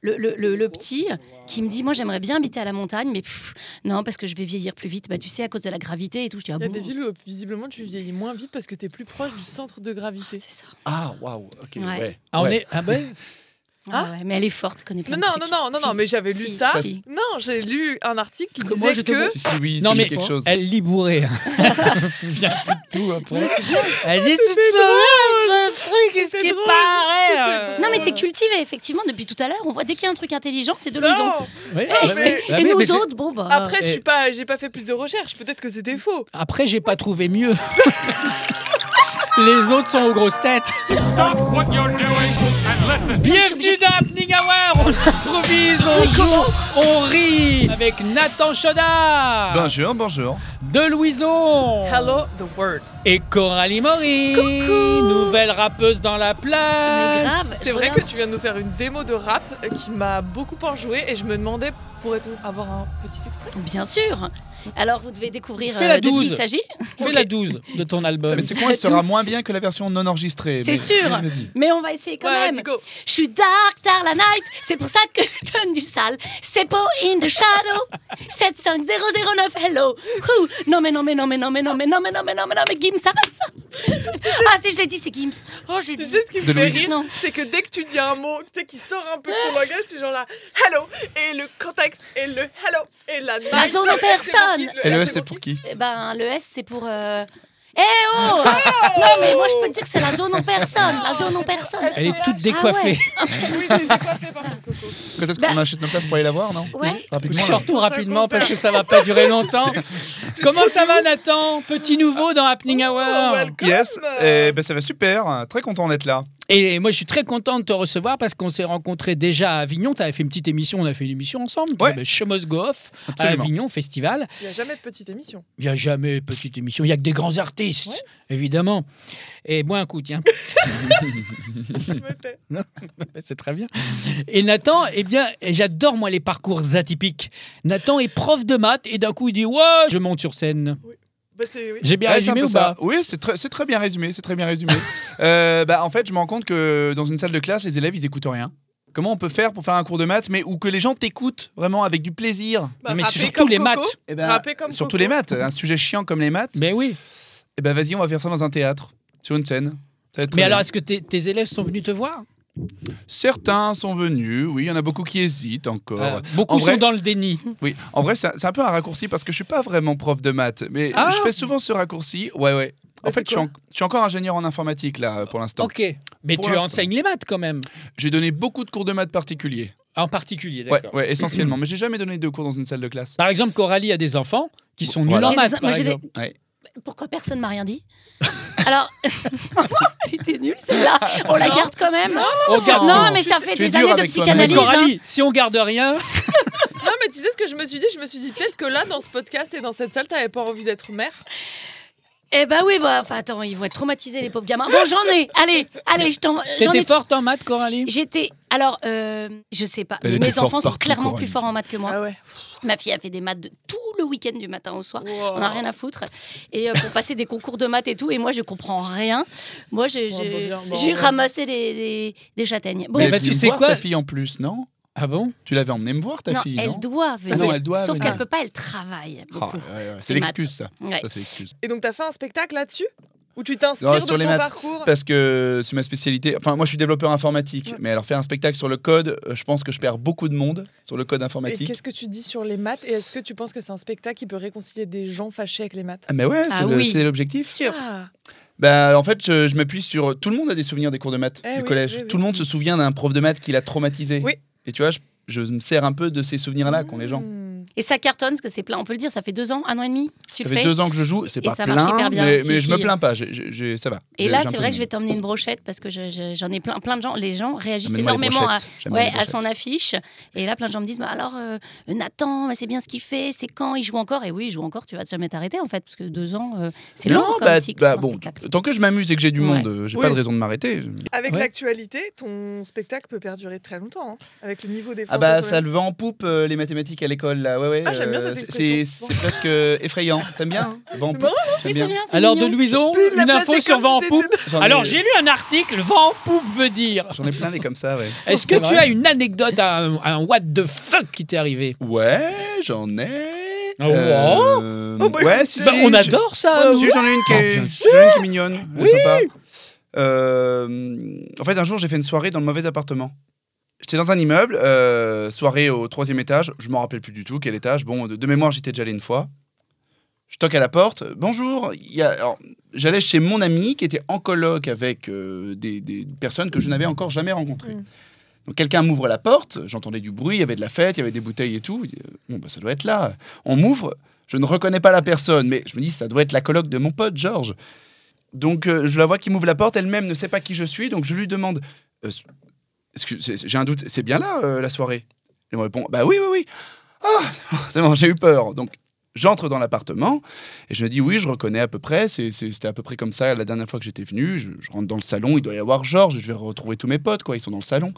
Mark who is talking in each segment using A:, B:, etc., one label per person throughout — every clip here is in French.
A: le, le, le, le petit qui me dit Moi, j'aimerais bien habiter à la montagne, mais pff, non, parce que je vais vieillir plus vite. Bah, tu sais, à cause de la gravité et tout. Je dis Ah
B: Il y a
A: bon
B: des villes où visiblement tu vieillis moins vite parce que tu es plus proche du centre de
A: C'est
B: gravité.
A: ça.
C: Ah, waouh, ok,
A: Ouais.
C: ouais.
D: Ah, on
C: ouais.
D: est. Ah ben
A: Ah ouais, mais elle est forte, connaît plein
B: Non,
A: de
B: non,
A: trucs.
B: non, non, non,
A: Si.
B: non, mais j'avais lu
A: Si,
B: ça.
A: si.
B: Non, j'ai lu un article qui
A: Que
B: disait
A: moi, je te
B: que.
C: Si, si, oui,
D: Non,
C: si,
D: mais
C: quelque chose.
D: elle lit bourrée. Elle vient plus de tout après. Elle dit tout
B: C'est drôle.
D: ce
B: C'est
D: qui
B: drôle.
D: paraît. euh.
A: Non, mais t'es cultivée, effectivement, depuis tout à l'heure. On voit dès qu'il y a un truc intelligent, c'est de l'horizon.
B: Non. Ah.
D: Ouais,
B: Eh,
D: bah
B: mais-
D: oui, bah
A: Et
D: oui,
A: nous
D: mais j'ai-
A: autres, bon, bah.
B: Après,
D: et-
B: je suis pas, j'ai pas fait plus de recherches. Peut-être que c'était faux.
D: Après, j'ai pas trouvé mieux. Les autres sont aux grosses têtes.
E: Stop what you're doing and listen.
D: Bienvenue dans Happening Hour. On improvise, on joue, on rit avec Nathan Chodard,
C: Bonjour, bonjour.
D: De Louison
B: Hello the world.
A: Bah,
D: et Coralie Mori. Nouvelle rappeuse dans la place.
A: Mais grave.
B: C'est
A: Je
B: vrai que
A: regarde.
B: tu viens de nous faire une démo de rap euh, qui m'a beaucoup enjoué et je me demandais pourrait-on avoir un petit extrait
A: Bien sûr. Alors, vous devez découvrir
D: Fais la
A: euh, de qui il
D: 12.
A: s'agit.
D: Fais la 12 de ton album.
C: Mais c'est quoi, elle sera moins bien que la version non enregistrée.
A: C'est
C: mais-
A: sûr.
C: Vas-y.
A: Mais on va essayer quand
B: Ouais,
A: même.
B: let's go.
A: Je suis dark, tard la night. C'est pour ça que je donne du sale. C'est beau in the shadow. 75009, hello. Ouh. Non, mais non, mais non, mais non, mais non, mais non, mais non, mais non, mais non, mais Gims, arrête ça. Ah, si je l'ai dit, c'est Gims. Oh, j'ai
B: Tu
A: dit.
B: sais ce qui me
C: De
B: fait
C: Louise.
B: rire
A: Non.
B: C'est que dès que tu dis un mot tu sais, qui sort un peu de ton langage, t'es genre là hello et le contexte et le hello et la night.
A: La zone aux
B: C'est pour qui
A: personnes.
B: Le ah,
C: Et le
B: la,
C: E S, c'est pour qui
A: Eh Ben, le S, c'est pour. euh, Eh oh Non, mais moi, je peux te dire que c'est la zone en personne. La zone en personne.
D: Elle est toute
A: Ah ouais.
D: décoiffée.
B: Oui, c'est décoiffé par le coco.
C: Peut-être qu'on
A: Bah-
C: achète nos places pour aller la voir, non
A: Ouais.
C: Rapidement, là.
D: Surtout
B: Prochain
D: rapidement
B: concert.
D: parce que ça va pas durer longtemps. Comment ça va Nathan Petit nouveau dans Happening
B: Oh, Ah.
D: Hour.
B: welcome.
C: Yes,
A: euh,
C: eh ben, ça va super, très content d'être là.
D: Et moi je suis très content de te recevoir parce qu'on s'est rencontrés déjà à Avignon. Tu avais fait une petite émission, on a fait une émission ensemble.
C: Ouais.
D: Chemos Go Off à
C: Absolument.
D: Avignon Festival.
B: Il n'y a jamais de petite émission.
D: Il n'y a jamais de petite émission, il n'y a que des grands artistes, évidemment. Et bois un coup, tiens.
C: Hmm.
B: s'il te plaît.
D: C'est très bien. Et Nathan, eh bien, j'adore moi les parcours atypiques. Nathan est prof de maths et d'un coup il dit Ouais, je monte sur scène.
B: Bah, c'est- oui.
D: J'ai bien
C: Ouais, c'est un
D: résumé
C: peu
D: ou
C: ça.
D: pas
C: Oui, c'est très, c'est très bien résumé, c'est très bien résumé. Euh, bah, en fait, je me rends compte que dans une salle de classe, les élèves, ils écoutent rien. Comment on peut faire pour faire un cours de maths, mais où que les gens t'écoutent vraiment avec du plaisir
B: Bah,
D: Non, mais
B: rapper
D: surtout
B: comme
D: les
B: Coco.
D: maths.
C: Eh ben,
B: Rapper comme Coco.
C: Surtout les maths, un sujet chiant comme les maths.
D: Ben oui.
C: Eh ben vas-y, on va faire ça dans un théâtre, sur une scène. Ça va être très
D: Mais
C: bien.
D: alors, est-ce que tes, tes élèves sont venus te voir
C: Certains sont venus, oui, il y en a beaucoup qui hésitent encore.
D: Euh, Beaucoup
C: en vrai-
D: sont dans le déni.
C: Oui, en vrai, c'est un- c'est un peu un raccourci parce que je suis pas vraiment prof de maths, mais
D: Ah
C: je fais souvent ce raccourci. Ouais, ouais. En
B: Mais
C: fait,
B: c'est
C: je suis, en- je suis encore ingénieur en informatique là pour l'instant.
D: Ok. Mais
C: Pour
D: tu
C: l'instant.
D: enseignes les maths quand même,
C: J'ai donné beaucoup de cours de maths particuliers.
D: en particulier.
C: Ouais,
D: D'accord. Bah,
C: ouais, essentiellement. mais j'ai jamais donné de cours dans une salle de classe.
D: Par exemple, Coralie a des enfants qui sont nuls
C: Voilà.
D: en
A: J'ai des-
D: maths.
A: moi,
D: par
A: j'ai des-
D: exemple.
C: Ouais.
A: Pourquoi personne m'a rien dit Alors, elle était nulle celle-là. On la garde quand même.
D: On garde
A: Non,
D: tout.
A: mais
C: Tu
A: ça
C: sais-
A: fait
C: tu es
A: des
C: dur
A: années de
C: avec toi-même.
D: Mais
A: psychanalyse. hein.
D: Oh, Coralie, si on garde rien,
B: Non, mais tu sais ce que je me suis dit Je me suis dit peut-être que là, dans ce podcast et dans cette salle, t'avais pas envie d'être mère.
A: Eh ben oui, bah, enfin attends, ils vont être traumatisés les pauvres gamins. Bon, j'en ai. Allez, allez, je t'en. j'en
D: t'étais
A: ai-
D: forte en maths, Coralie
A: J'étais. Alors, euh, je sais pas.
C: Elle
A: mais
C: était
A: Mes
C: forte
A: enfants sont
C: partout,
A: clairement
C: Coralie.
A: plus forts en maths que moi.
B: Ah ouais.
A: Ma fille a fait des maths de tout le week-end du matin au soir.
B: Wow.
A: On n'a rien à foutre. Et euh, pour passer des concours de maths et tout, et moi je comprends rien. Moi j'ai
B: Oh, bah,
A: j'ai-
B: bien, bah,
A: j'ai
B: ouais.
A: ramassé des, des- des châtaignes. Bon,
C: Mais elle
D: bah,
C: est
D: tu
C: venue me
D: sais
C: voir,
D: quoi
C: Ta fille en plus, non
D: Ah bon
C: Tu l'avais emmenée me voir, ta
A: non,
C: fille
A: elle
C: non Ah
A: doit venir.
C: non, elle doit
A: Sauf
C: venir.
A: qu'elle peut pas, elle travaille.
C: Ah,
A: beaucoup.
C: ouais, ouais,
A: C'est
C: C'est l'excuse, ça.
A: Ouais.
C: Ça, c'est l'excuse.
B: Et donc, t'as fait un spectacle là-dessus Où tu
C: Non,
B: t'inspires de
C: sur
B: ton
C: les maths.
B: parcours
C: Parce que c'est ma spécialité. Enfin, moi, je suis développeur informatique.
B: Ouais.
C: Mais alors, faire un spectacle sur le code, euh, je pense que je perds beaucoup de monde sur le code
B: Et
C: informatique.
B: qu'est-ce que tu dis sur les maths Et est-ce que tu penses que c'est un spectacle qui peut réconcilier des gens fâchés avec les maths
C: Ah, mais ouais,
A: Ah
C: c'est le-
A: oui.
C: c'est l'objectif.
A: Sûr.
B: Ah,
C: Bah, en fait, je, je m'appuie sur. Tout le monde a des souvenirs des cours de maths
B: Eh
C: du
B: oui,
C: collège.
B: oui, oui.
C: Tout le monde se souvient d'un prof de maths qui l'a traumatisé.
B: Oui.
C: Et tu vois, je, je me sers un peu de ces souvenirs-là qu'ont les gens.
B: Hmm.
A: Et ça cartonne, parce que c'est plein. On peut le dire, ça fait deux ans, un an et demi. Tu
C: Ça
A: le fais.
C: fait deux ans que je joue, c'est
A: Et
C: pas
A: ça
C: plein,
A: marche hyper bien,
C: mais,
A: si,
C: mais je me
A: si.
C: plains pas, j'ai- j'ai- j'ai- ça va.
A: Et
C: J'ai-
A: là,
C: j'ai un
A: c'est
C: peu
A: vrai
C: de
A: que je vais t'emmener une brochette parce que je- je- j'en ai plein, plein de gens. Les gens réagissent
C: Amène-moi les
A: énormément à,
C: brochettes. J'aime bien
A: ouais,
C: les
A: à son
C: brochettes.
A: affiche. Et là, plein de gens me disent bah, alors, euh, Nathan, mais c'est bien ce qu'il fait, c'est quand il joue encore Et oui, il joue encore, tu vas jamais t'arrêter en fait, parce que deux ans, euh, c'est long
C: Non,
A: comme
C: bah,
A: cycle.
C: bah,
A: pour un
C: bon,
A: spectacle.
C: Tant que je m'amuse et que j'ai du
A: Ouais.
C: monde, euh, j'ai
B: Oui.
C: pas de raison de m'arrêter.
B: Avec
D: Ouais.
B: l'actualité, ton spectacle peut perdurer très longtemps. hein, avec le niveau des
C: Ah
B: Français
C: bah
B: sur
C: ça
B: les-
C: le vend en poupe euh, les mathématiques à l'école là. Ouais, ouais, ouais.
B: Ah, j'aime bien cette
C: c'est-
B: expression. Ah.
C: C'est c'est presque euh, effrayant. T'aimes bien Vent en poupe
B: hein.
C: J'aime
A: Oui, c'est bien, c'est
D: Alors, de
A: mignon.
D: Louison,
B: Plus de la
D: une
B: place,
D: info
B: c'est
D: sur
B: comme
D: vent en
B: si
D: poupe.
B: c'était-
C: J'en ai-
D: Alors, j'ai lu un article, vent en poupe veut dire.
C: J'en ai plein des comme ça, ouais.
D: Est-ce que
C: C'est
D: tu
C: vrai.
D: as une anecdote, un, un what the fuck qui t'est arrivé
C: Ouais, j'en ai.
D: Ah, wow.
C: Euh,
B: Oh, bah,
C: ouais,
B: écoute,
C: si,
B: bah,
C: si,
D: On
C: j'ai-
D: adore ça.
C: Ouais,
D: nous.
C: si, j'en ai une qui est,
D: Ah, bien
C: j'en ai une qui est mignonne. elle est sympa. Euh, en fait, un jour, j'ai fait une soirée dans le mauvais appartement. J'étais dans un immeuble, euh, soirée au troisième étage. Je m'en rappelle plus du tout quel étage. Bon, de, de mémoire, j'étais déjà allé une fois. Je toque à la porte. Bonjour. Il y a- alors, J'allais chez mon ami qui était en colloque avec euh, des, des personnes que je n'avais encore jamais rencontrées. Donc quelqu'un m'ouvre la porte. J'entendais du bruit. Il y avait de la fête. Il y avait des bouteilles et tout. Bon, bah, ça doit être là. On m'ouvre. Je ne reconnais pas la personne, mais je me dis, ça doit être la coloc de mon pote, Georges. Donc, euh, je la vois qui m'ouvre la porte, elle-même ne sait pas qui je suis, donc je lui demande Euh, excuse- c'est- J'ai un doute, c'est bien là euh, la soirée Elle me répond Bah oui, oui, oui. Ah, c'est bon, j'ai eu peur. Donc, j'entre dans l'appartement et je me dis Oui, je reconnais à peu près, c'est- c'est- c'était à peu près comme ça la dernière fois que j'étais venu. Je, je rentre dans le salon, il doit y avoir Georges, je vais retrouver tous mes potes, quoi, ils sont dans le salon.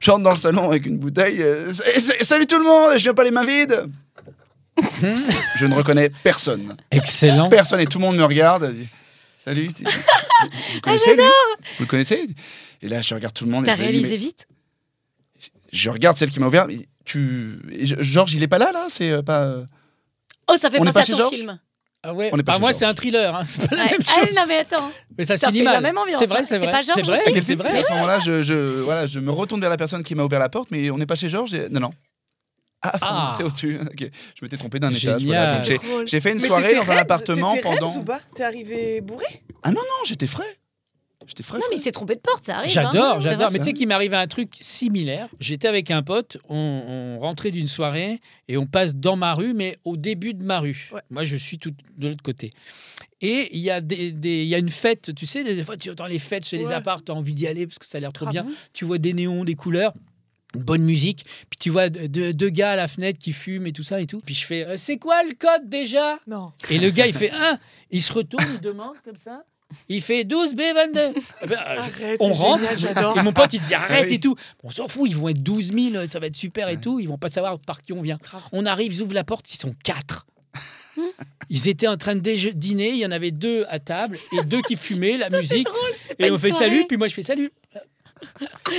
C: J'entre dans le salon avec une bouteille euh, Eh, eh, Salut tout le monde, je viens pas les mains vides Je ne reconnais personne
D: hein. Excellent.
C: personne et tout le monde me regarde. dit, Salut. tu- Vous le connaissez, lui Vous le connaissez Et là, je regarde tout le monde. et
A: T'as
C: je me dis,
A: réalisé
C: mais-
A: vite
C: Je regarde celle qui m'a ouvert. mais Tu, et je- Georges, il est pas là, là C'est euh, pas. euh,
A: Oh, ça fait
C: On est
A: penser
C: pas
A: à
C: chez
A: ton
C: Georges
A: film.
D: Ah ouais.
C: On est pas
D: Bah,
C: chez
D: moi,
C: Georges.
D: c'est un thriller. hein, C'est pas la
A: Ouais.
D: même
A: Ah
D: chose.
A: non, mais attends.
D: Mais ça se
A: Ça
D: finit
A: fait
D: mal.
A: la même ambiance,
D: C'est vrai,
A: hein.
D: c'est
A: C'est
D: vrai.
A: pas Georges,
D: C'est vrai,
A: hein,
C: quel
D: c'est
C: film
D: vrai.
C: À ce moment-là, je, je, voilà, je me retourne vers la personne qui m'a ouvert la porte, mais on n'est pas chez Georges. et- Non, non. Ah, pardon,
D: Ah.
C: c'est au-dessus. Ok, Je m'étais trompé d'un
D: Génial.
C: étage. voilà. Donc, j'ai-
A: Drôle.
C: J'ai fait une
B: Mais
C: soirée
B: t'étais
C: dans un
B: Rebs,
C: appartement
B: t'étais Rebs
C: pendant.
B: ou pas T'es arrivé bourré
C: Ah non, non, j'étais frais. J'étais frais.
A: Non, mais c'est trompé de porte, ça arrive. hein.
D: J'adore,
A: C'est
D: j'adore.
A: vrai.
D: Mais tu sais qu'il m'arrive un truc similaire. J'étais avec un pote, on, on rentrait d'une soirée et on passe dans ma rue, mais au début de ma rue.
B: Ouais.
D: Moi, je suis tout de l'autre côté. Et il y, a des, des- il y a une fête, tu sais, des fois, tu entends les fêtes chez les
B: Ouais.
D: apparts, tu as envie d'y aller parce que ça a l'air trop
B: Ah
D: bien. Tu vois des néons, des couleurs. Une bonne musique, puis tu vois de- deux gars à la fenêtre qui fument et tout ça et tout. Puis je fais euh, C'est quoi le code déjà
B: Non.
D: et le gars, il fait un. Il se retourne, il demande comme ça. Il fait 12B22. Eh ben, euh, je-
B: Arrête,
D: on
B: c'est
D: rentre.
B: génial, j'adore.
D: et mon pote, il dit arrête
C: Ah oui.
D: et tout. On s'en fout, ils vont être 12 000, ça va être super et tout. Ils vont pas savoir par qui on vient.
B: Grave.
D: On arrive, ils ouvrent la porte, ils sont quatre. Ils étaient en train de déje- dîner, il y en avait deux à table et deux qui fumaient la
A: C'est
D: musique.
A: drôle, c'était pas
D: Et on
A: une
D: fait
A: soirée.
D: salut, puis moi je fais salut.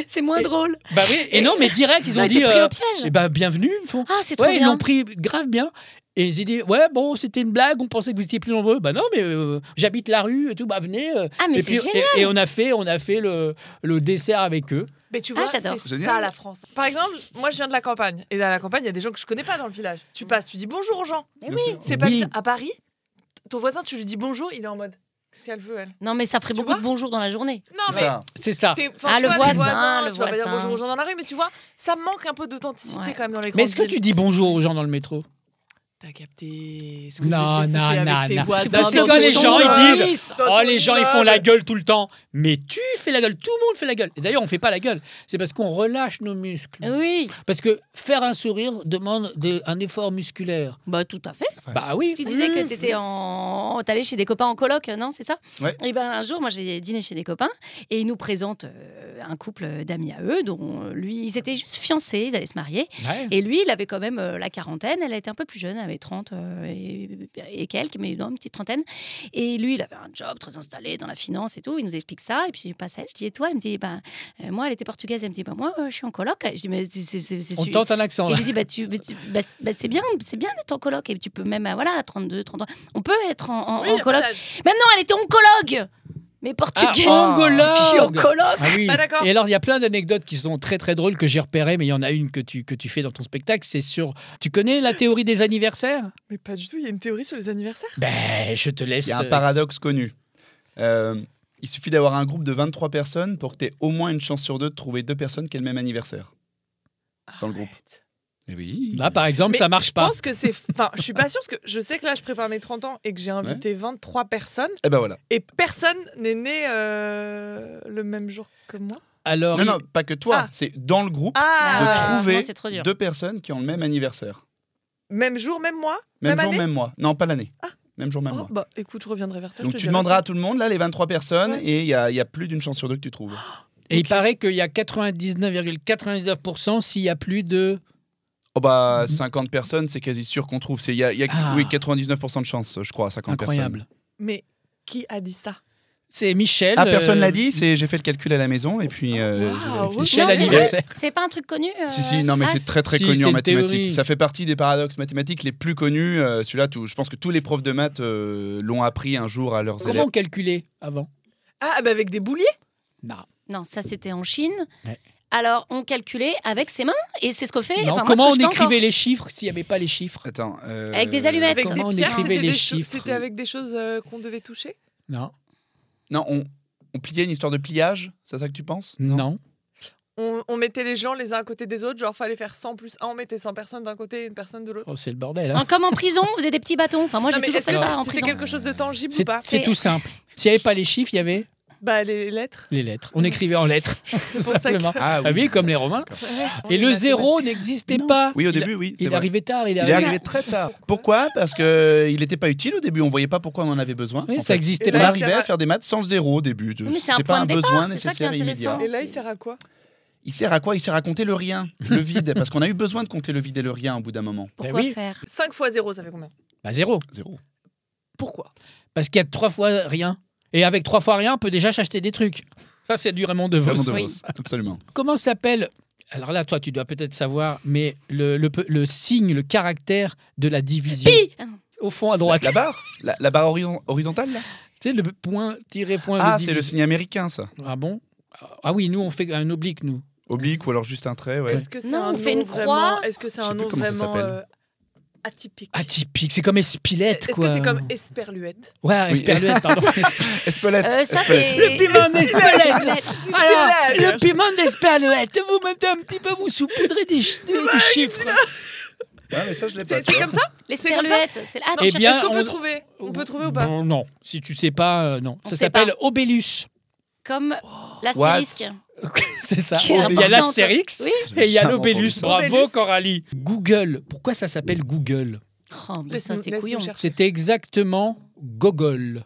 A: C'est moins drôle.
D: Bah oui, et non, mais direct, ils ont
A: Ouais,
D: dit
A: t'es pris
D: euh,
A: au piège.
D: eh ben, bienvenue. Ils font,
A: Ah, c'est trop
D: Ouais, ils l'ont
A: bien.
D: pris grave bien. Et ils ont dit, ouais, bon, c'était une blague, on pensait que vous étiez plus nombreux. Bah non, mais euh, j'habite la rue et tout, bah venez. euh.
A: Ah, mais
D: et,
A: c'est
D: puis-
A: génial.
D: et, et on a fait, on a fait le, le dessert avec eux.
B: Mais tu
A: Ah,
B: vois, c'est
A: j'adore.
C: Génial.
B: ça la France. Par exemple, moi je viens de la campagne. Et dans la campagne, il y a des gens que je connais pas dans le village. Tu passes, tu dis bonjour aux gens.
A: Mais
C: Bien
A: oui.
C: sûr.
B: C'est pas
D: Oui.
B: bizarre. À Paris, ton voisin, tu lui dis bonjour, il est en mode Qu'est-ce qu'elle veut, elle
A: Non, mais ça ferait
B: Tu
A: beaucoup
B: vois
A: de bonjour dans la journée.
B: Non,
C: C'est
B: mais.
C: ça.
D: C'est ça.
B: t'es- enfin,
A: Ah,
B: tu
A: le
B: vois,
A: voisin,
B: tu
A: le
B: vas pas dire
A: voisin.
B: bonjour aux gens dans la rue, mais tu vois, ça me manque un peu d'authenticité
A: Ouais.
B: quand même dans les
D: Mais
B: grandes
D: est-ce que tu
B: villes.
D: dis bonjour aux gens dans le métro
B: T'as capté ce que je
D: Non,
B: veux dire,
D: non,
B: c'était avec
D: non,
B: tes
D: non.
B: voisins
A: Ah,
D: Parce que
B: dans
D: quand les
B: ton
D: gens, ils
B: immeuble.
D: disent-
B: Dans
D: Oh,
B: ton
D: les gens, ils font
B: immeuble.
D: la gueule tout le temps. Mais tu fais la gueule, tout le monde fait la gueule. Et d'ailleurs, on fait pas la gueule. C'est parce qu'on relâche nos muscles.
A: Ah Oui.
D: Parce que faire un sourire demande de- un effort musculaire.
A: Bah, tout à fait.
D: Bah oui.
A: Tu disais que t'étais en, t'allais chez des copains en coloc, euh, non C'est ça
C: Ouais.
A: Et ben un jour, moi, je vais dîner chez des copains et ils nous présentent euh, un couple d'amis à eux, dont euh, lui, ils étaient juste fiancés, ils allaient se marier.
D: Ouais.
A: Et lui, il avait quand même euh, la quarantaine. Elle était un peu plus jeune, elle avait 30 euh, et, et quelques, mais non, une petite trentaine. Et lui, il avait un job très installé dans la finance et tout. Il nous explique ça. Et puis, il passait. Je dis, et toi Il me dit, bah, euh, moi, elle était portugaise. Elle me dit, bah, moi, euh, je suis en coloc. Je dis, mais c'est- c'est- c'est- c'est-
D: On tente un accent.
A: et
D: là.
A: j'ai dit, bah, tu, bah, tu- bah, c'est- bah, c'est bien, c'est bien d'être en coloc. Et tu peux même, euh, voilà, à 32, 30 ans. On peut être en, en-
B: Oui,
A: en
B: bah, y a pas
A: coloc.
B: d'âge.
A: Maintenant, elle était oncologue. Mais
D: Ah,
A: portugaise.
D: angologue.
A: Je suis en coloc.
D: Ah oui.
B: Ah, d'accord.
D: et alors, il y a plein d'anecdotes qui sont très très drôles que j'ai repérées, mais il y en a une que tu, que tu fais dans ton spectacle. C'est sur. Tu connais la théorie des anniversaires
B: Mais pas du tout, il y a une théorie sur les anniversaires.
D: Ben, je te laisse.
C: Il y a
D: euh,
C: un paradoxe connu. Euh, il suffit d'avoir un groupe de 23 personnes pour que tu aies au moins une chance sur deux de trouver deux personnes qui aient le même anniversaire. Dans le groupe. Et oui.
D: euh, Là, par exemple,
B: Mais
D: ça marche pas.
B: Je pense que c'est. Enfin, je suis pas sûre parce que je sais que là, je prépare mes 30 ans et que j'ai invité 23 personnes
C: Eh ben voilà.
B: et personne n'est né euh, le même jour que moi.
D: Alors,
C: Non, non, pas que toi.
B: Ah.
C: C'est dans le groupe
A: Ah,
C: de
A: non,
C: trouver
A: c'est trop dur.
C: deux personnes qui ont le même anniversaire.
B: Même jour, même mois
C: Même,
B: Même
C: jour,
B: année
C: même mois. Non, pas l'année. Même jour, même
B: Oh,
C: mois.
B: bah écoute, je reviendrai vers toi. je
C: Donc
B: te
C: tu
B: dirai
C: demanderas
B: ça.
C: à tout le monde, là, les 23 personnes,
B: Ouais.
C: et il y a, il y a plus d'une chance sur deux que tu trouves.
D: et il paraît qu'il y a 99,99% s'il y a plus de
C: Oh bah 50 personnes, c'est quasi sûr qu'on trouve. C'est- Il y a, il y a-
D: Ah.
C: oui, 99% de chance, je crois, à 50
D: Incroyable.
B: Mais qui a dit ça
D: C'est Michel.
C: personnes. Ah, personne
D: euh,
C: l'a dit, c'est j'ai fait le calcul à la maison et puis. euh,
B: Waouh,
C: j'ai-
B: oui.
D: Michel
A: Non, c'est
D: anniversaire.
A: C'est pas un truc connu euh,
C: Si, si, non, mais
A: ah,
C: c'est très très
D: Si, c'est
C: connu en
D: une
C: mathématiques.
D: théorie.
C: Ça fait partie des paradoxes mathématiques les plus connus. euh, Celui-là, tout- je pense que tous les profs de maths euh, l'ont appris un jour à leurs
D: Comment
C: élèves.
D: on calculait avant
B: Ah, bah avec des bouliers
D: Non.
A: Non, ça c'était en Chine.
D: Ouais.
A: Alors on calculait avec ses mains et c'est ce qu'on fait.
D: Non,
A: enfin, moi,
D: Comment
A: ce que je hein.
D: on
A: fais encore.
D: écrivait les chiffres s'il n'y avait pas les chiffres
C: Attends, euh,
A: Avec des allumettes.
B: Avec
D: Comment
B: des
D: on
B: pierres,
D: écrivait
B: c'était
D: les
B: des cho-
D: chiffres
B: C'était avec des choses euh, qu'on devait toucher
D: Non.
C: Non, on, on pliait une histoire de pliage, c'est ça que tu penses
D: Non.
B: on, on mettait les gens les uns à côté des autres, genre fallait faire 100 plus 1, on mettait 100 personnes d'un côté et une personne de l'autre.
D: Oh, c'est le bordel. hein.
A: Hein, comme en prison, vous faisait des petits bâtons. Enfin, moi j'ai
B: Non, mais
A: toujours
B: est-ce
A: fait
B: que
A: ça en
B: c'était
A: prison.
B: quelque chose de tangible ou
D: C'est
B: pas
D: c'est
A: C'est-
D: tout simple. S'il n'y avait pas les chiffres, il y avait
B: Bah les lettres.
D: les lettres. On écrivait en lettres, tout
B: pour ça que- Ah
D: simplement.
C: Ah
D: Ah oui, comme les Romains. Et le zéro n'existait
C: Non.
D: pas.
C: Oui, au
D: Il-
C: début, oui. c'est
D: Il
C: vrai.
D: arrivait tard. Il
C: Il est
D: arrivait.
C: arrivé très tard. Pourquoi Parce qu'il n'était pas utile au début. On voyait pas pourquoi on en avait besoin.
D: Oui,
C: en
D: ça
C: fait.
B: Et
D: existait
C: On
B: là,
D: pas.
C: arrivait à faire des maths sans zéro au début.
A: mais c'est
C: C'était
A: un
C: pas
A: point
C: un
A: de
C: besoin
A: départ, c'est ça qui est
C: nécessaire et immédiat.
A: intéressant.
B: Et là, il sert à quoi
C: Il sert à quoi Il sert à compter le rien, le vide. Parce qu'on a eu besoin de compter le vide et le rien au bout d'un moment.
A: Pourquoi
D: Ben oui.
A: faire
B: 5 fois 0, ça fait combien
D: Bah, zéro.
C: Zéro.
B: Pourquoi
D: Parce qu'il y a trois fois rien. Et avec trois fois rien, on peut déjà s'acheter des trucs. Ça, c'est du Raymond Devos.
C: Vraiment de
A: Oui.
C: Vos, Absolument.
D: Comment s'appelle Alors là, toi, tu dois peut-être savoir, mais le, le, pe- le signe, le caractère de la division.
A: Pi Ah non.
D: Au fond à
C: La,
D: droite.
C: la barre la, la barre horizon- horizontale là
D: Tu sais, le point tiré point. de
C: Ah, c'est le
D: division.
C: signe américain ça.
D: Ah bon Ah oui, nous, on fait un oblique, nous.
C: Oblique ou alors juste un trait, ouais.
B: Est-ce que c'est
A: Non,
B: un
A: on fait
B: nom
A: une croix.
B: vraiment Est-ce que c'est
C: Je sais
B: un
C: plus
B: nom
C: comment ça
B: vraiment
C: s'appelle.
B: euh, atypique
D: Atypique, c'est comme Espilette,
B: Est-ce
D: quoi.
B: que c'est comme Esperluette
D: Ouais,
C: Oui.
D: Esperluette, pardon.
C: Espelette.
A: Euh, Ça
C: Espelette.
A: c'est.
B: Le piment
D: d'Espelette.
A: Ah
D: Alors,
B: Espelette.
D: le piment d'Esperluette, vous mettez un petit peu, vous saupoudrez des, ch- des chiffres.
C: Ouais, mais ça je l'ai pas.
B: C'est c'est
C: tu vois.
B: comme ça
A: Les
B: C'est comme ça
A: sperluettes. C'est là. Ah, tu
D: Eh
A: cherches-
D: bien,
B: Est-ce qu'on
D: on- Oh,
B: peut trouver On peut trouver ou pas
C: Ah.
D: Bon, Non, si tu sais pas, euh, non.
A: On
D: ça
A: sait
D: s'appelle Obélus.
A: Comme l'astérisque.
D: c'est ça.
A: Qui est
D: Il y a
A: importante.
D: l'Astérix
A: Oui.
C: J'avais
D: et il y a
C: jamais entendu
D: l'Obélus.
C: ça.
D: Bravo,
B: Obélus.
D: Coralie. Mm. Google. Pourquoi ça s'appelle Google
A: Oh, mais ça
B: Laisse-nous-
A: c'est
B: laisse-nous
A: couillon.
B: chercher.
D: C'était exactement Gogol.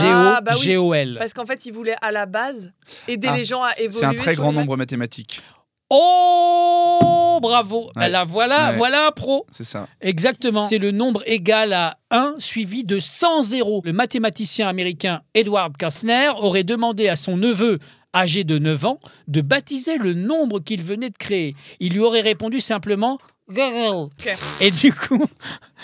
B: Ah, bah oui.
D: G-O-G-O-L.
B: Parce qu'en fait, ils voulaient à la base aider
C: Ah,
B: les gens à évoluer.
C: C'est un très
B: sur
C: grand
B: le Mac.
C: nombre mathématique.
D: Oh, bravo.
C: Ouais.
D: Là, voilà,
C: Ouais.
D: voilà un pro.
C: C'est ça.
D: Exactement. C'est le nombre égal à 1 suivi de 100 zéros. Le mathématicien américain Edward Kastner aurait demandé à son neveu âgé de 9 ans de baptiser le nombre qu'il venait de créer. Il lui aurait répondu simplement Gogol. Et du coup,